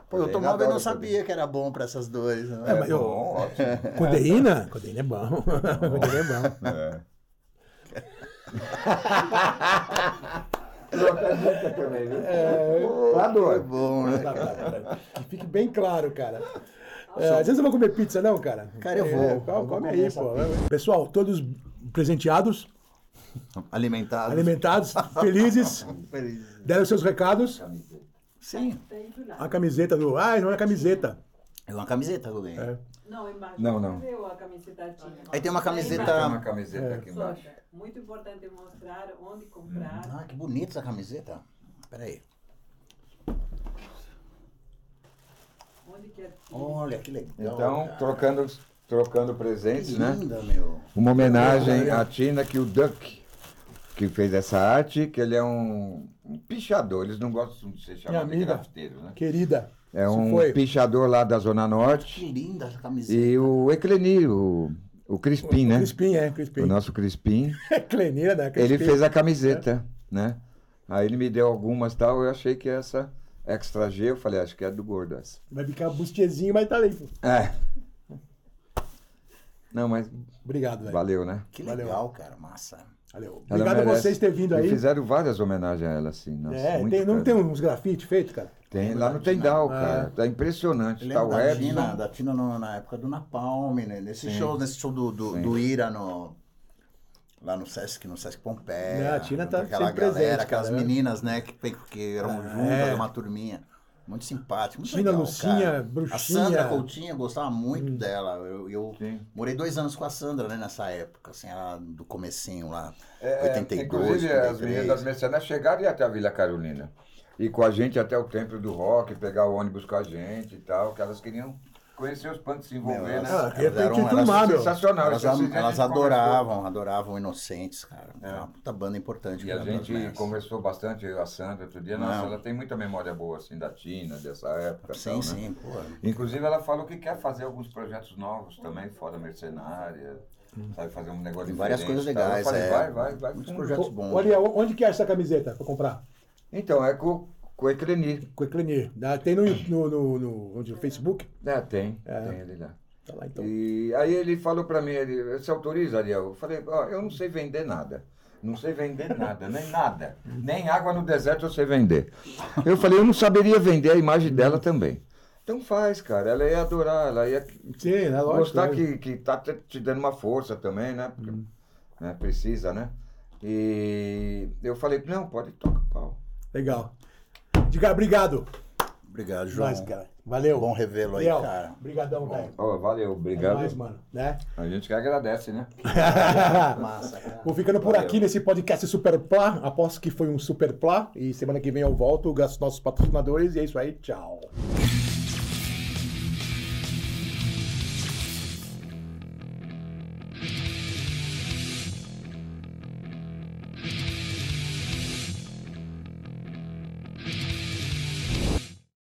B: Pô, eu
C: Codeína
B: tomava e não
C: adoro
B: sabia que era bom pra essas dores. né?
A: É, mas eu-
C: bom, ótimo.
A: Codeína? Codeína é bom. Codeína é bom.
C: É. Eu até dica também, viu?
B: É.
C: Pra
B: Foi
C: dor.
B: bom, né?
A: Que Fique bem claro, cara. Tá, É, às vezes eu vou comer pizza, não, cara?
B: Cara, eu vou.
A: É,
B: Eu vou
A: come
B: comer
A: aí,
B: essa
A: pô. Pessoal, todos presenteados,
B: Alimentado.
A: alimentados, felizes,
B: Feliz.
A: deram seus recados.
B: Sim.
D: Tá aí do lado.
A: A camiseta do. Ah, não é camiseta.
B: É uma camiseta que eu ganhei.
A: É.
D: Não, embaixo.
C: Não, não.
D: Cadê a camiseta tinha?
B: Aí tem uma
D: Tá
B: camiseta-
D: embaixo.
B: uma
C: camiseta
D: É.
C: aqui
D: Solta. Muito importante mostrar onde comprar.
B: Ah, que bonita essa camiseta. Peraí.
C: Uhum.
D: Onde que é adquire.
B: Olha, que legal.
C: Então,
B: cara.
C: trocando, trocando presentes,
B: Que
C: né?
B: linda, meu.
C: Uma homenagem à Tina que o Duck, que fez essa arte, que ele é um, um pichador, eles não gostam de ser chamados de
A: amiga.
C: grafiteiro, né?
A: Querida.
C: É
A: se
C: um
A: foi.
C: pichador lá da Zona Norte.
B: Que linda essa camiseta.
C: E o Ecleni, o, o Crispim, né?
A: Crispim, é,
C: O
A: Crispim.
C: nosso Crispim.
A: É clenira, né? Crispim.
C: Ele fez a camiseta, né? Aí ele me deu algumas tal, eu achei que essa extra G, eu falei, acho que é do gordo essa.
A: Vai ficar bustezinho, mas tá ali.
C: É. Não, mas
A: Obrigado, velho.
C: valeu, né?
B: Que
A: Valeu.
B: legal, cara. Massa.
A: Valeu.
C: Ela
A: Obrigado a
C: merece.
A: vocês ter vindo
C: E
A: aí.
C: Fizeram várias homenagens a ela, assim. Nossa,
A: É,
C: muito
A: tem- não
C: cara.
A: tem uns grafites feitos, cara?
C: Tem, lá no Tendal, cara. Tá
B: Eu
C: impressionante. Tá
B: lembro
C: o
B: da
C: Edson.
B: Tina, da Tina no- na época do Napalm, né? nesse show, nesse show do, do, do Ira no, lá no Sesc, no Sesc Pompeia.
A: É, a Tina tá
B: aquela
A: sempre presente, cara,
B: aquelas
A: né?
B: meninas, né, que, pe- que eram juntas, uma turminha. Muito simpática, muito
A: Tina,
B: legal,
A: Lucinha,
B: cara. A
A: Bruxinha. Hum.
B: Sandra Coutinho, eu gostava muito dela. Eu, eu
C: Sim.
B: morei dois anos com a Sandra, né, nessa época, assim, ela do comecinho lá,
C: É,
B: 82,
C: Inclusive, as meninas das
B: 83.
C: mercenárias chegaram e até a Vila Carolina. E com a gente até o Templo do Rock, pegar o ônibus com a gente e tal, que elas queriam conhecer os pantos, se envolver, né?
B: Meu,
A: Ah,
B: elas-
A: queria ter
B: eram-
A: te
B: elas-
A: enturmar, meu.
C: sensacional.
B: Elas,
C: isso, assim, a gente
B: elas
C: conversou.
B: adoravam, adoravam Inocentes, cara. É uma puta banda importante. né?
C: E a
B: cara, das
C: gente
B: merdas.
C: conversou bastante, eu e a Sandra, outro dia. Nossa,
B: Não.
C: ela tem muita memória boa, assim, da Tina, dessa época.
B: Sim,
C: tal, né?
B: sim, pô.
C: Inclusive, ela falou que quer fazer alguns projetos novos também, fora mercenária, sabe, fazer um negócio
B: Tem várias
C: diferente,
B: coisas
C: tal.
B: legais,
C: Eu falei,
B: é.
C: vai, vai, vai.
B: Muitos
C: fundo.
B: projetos bons.
A: Olha, onde que é essa camiseta pra comprar?
C: Então, é com, com o Eclenir.
A: Com Eclenir. Dá- Tem no, no, no, no- onde, no Facebook?
C: É, tem, tem ele lá.
A: Tá lá então.
C: E aí ele falou pra mim, ele, você autoriza, Ariel? Eu falei, ó, eu não sei vender nada. Não sei vender nada, nem nada. Nem água no deserto eu sei vender. Eu falei, eu não saberia vender a imagem dela também. Então faz, cara. Ela ia adorar, ela ia
A: Sim, né? Lógico.
C: mostrar
A: né? Hum.
C: que, que tá te, te dando uma força também, né? Porque, né, Precisa, né? E eu falei, não, pode tocar o pau.
A: Legal. Diga, obrigado.
B: Obrigado, João.
A: Nós, cara. Valeu.
B: Bom revê-lo aí,
A: Ariel,
B: cara.
A: Obrigadão, velho.
C: Ó, valeu, obrigado.
A: Nós, mano. Né?
C: A gente que agradece, né?
B: Massa, cara.
A: Vou ficando por
C: Valeu.
A: aqui nesse podcast Super Plá. Aposto que foi um Super Plá. E semana que vem eu volto, gasto nossos patrocinadores. E é isso aí. Tchau.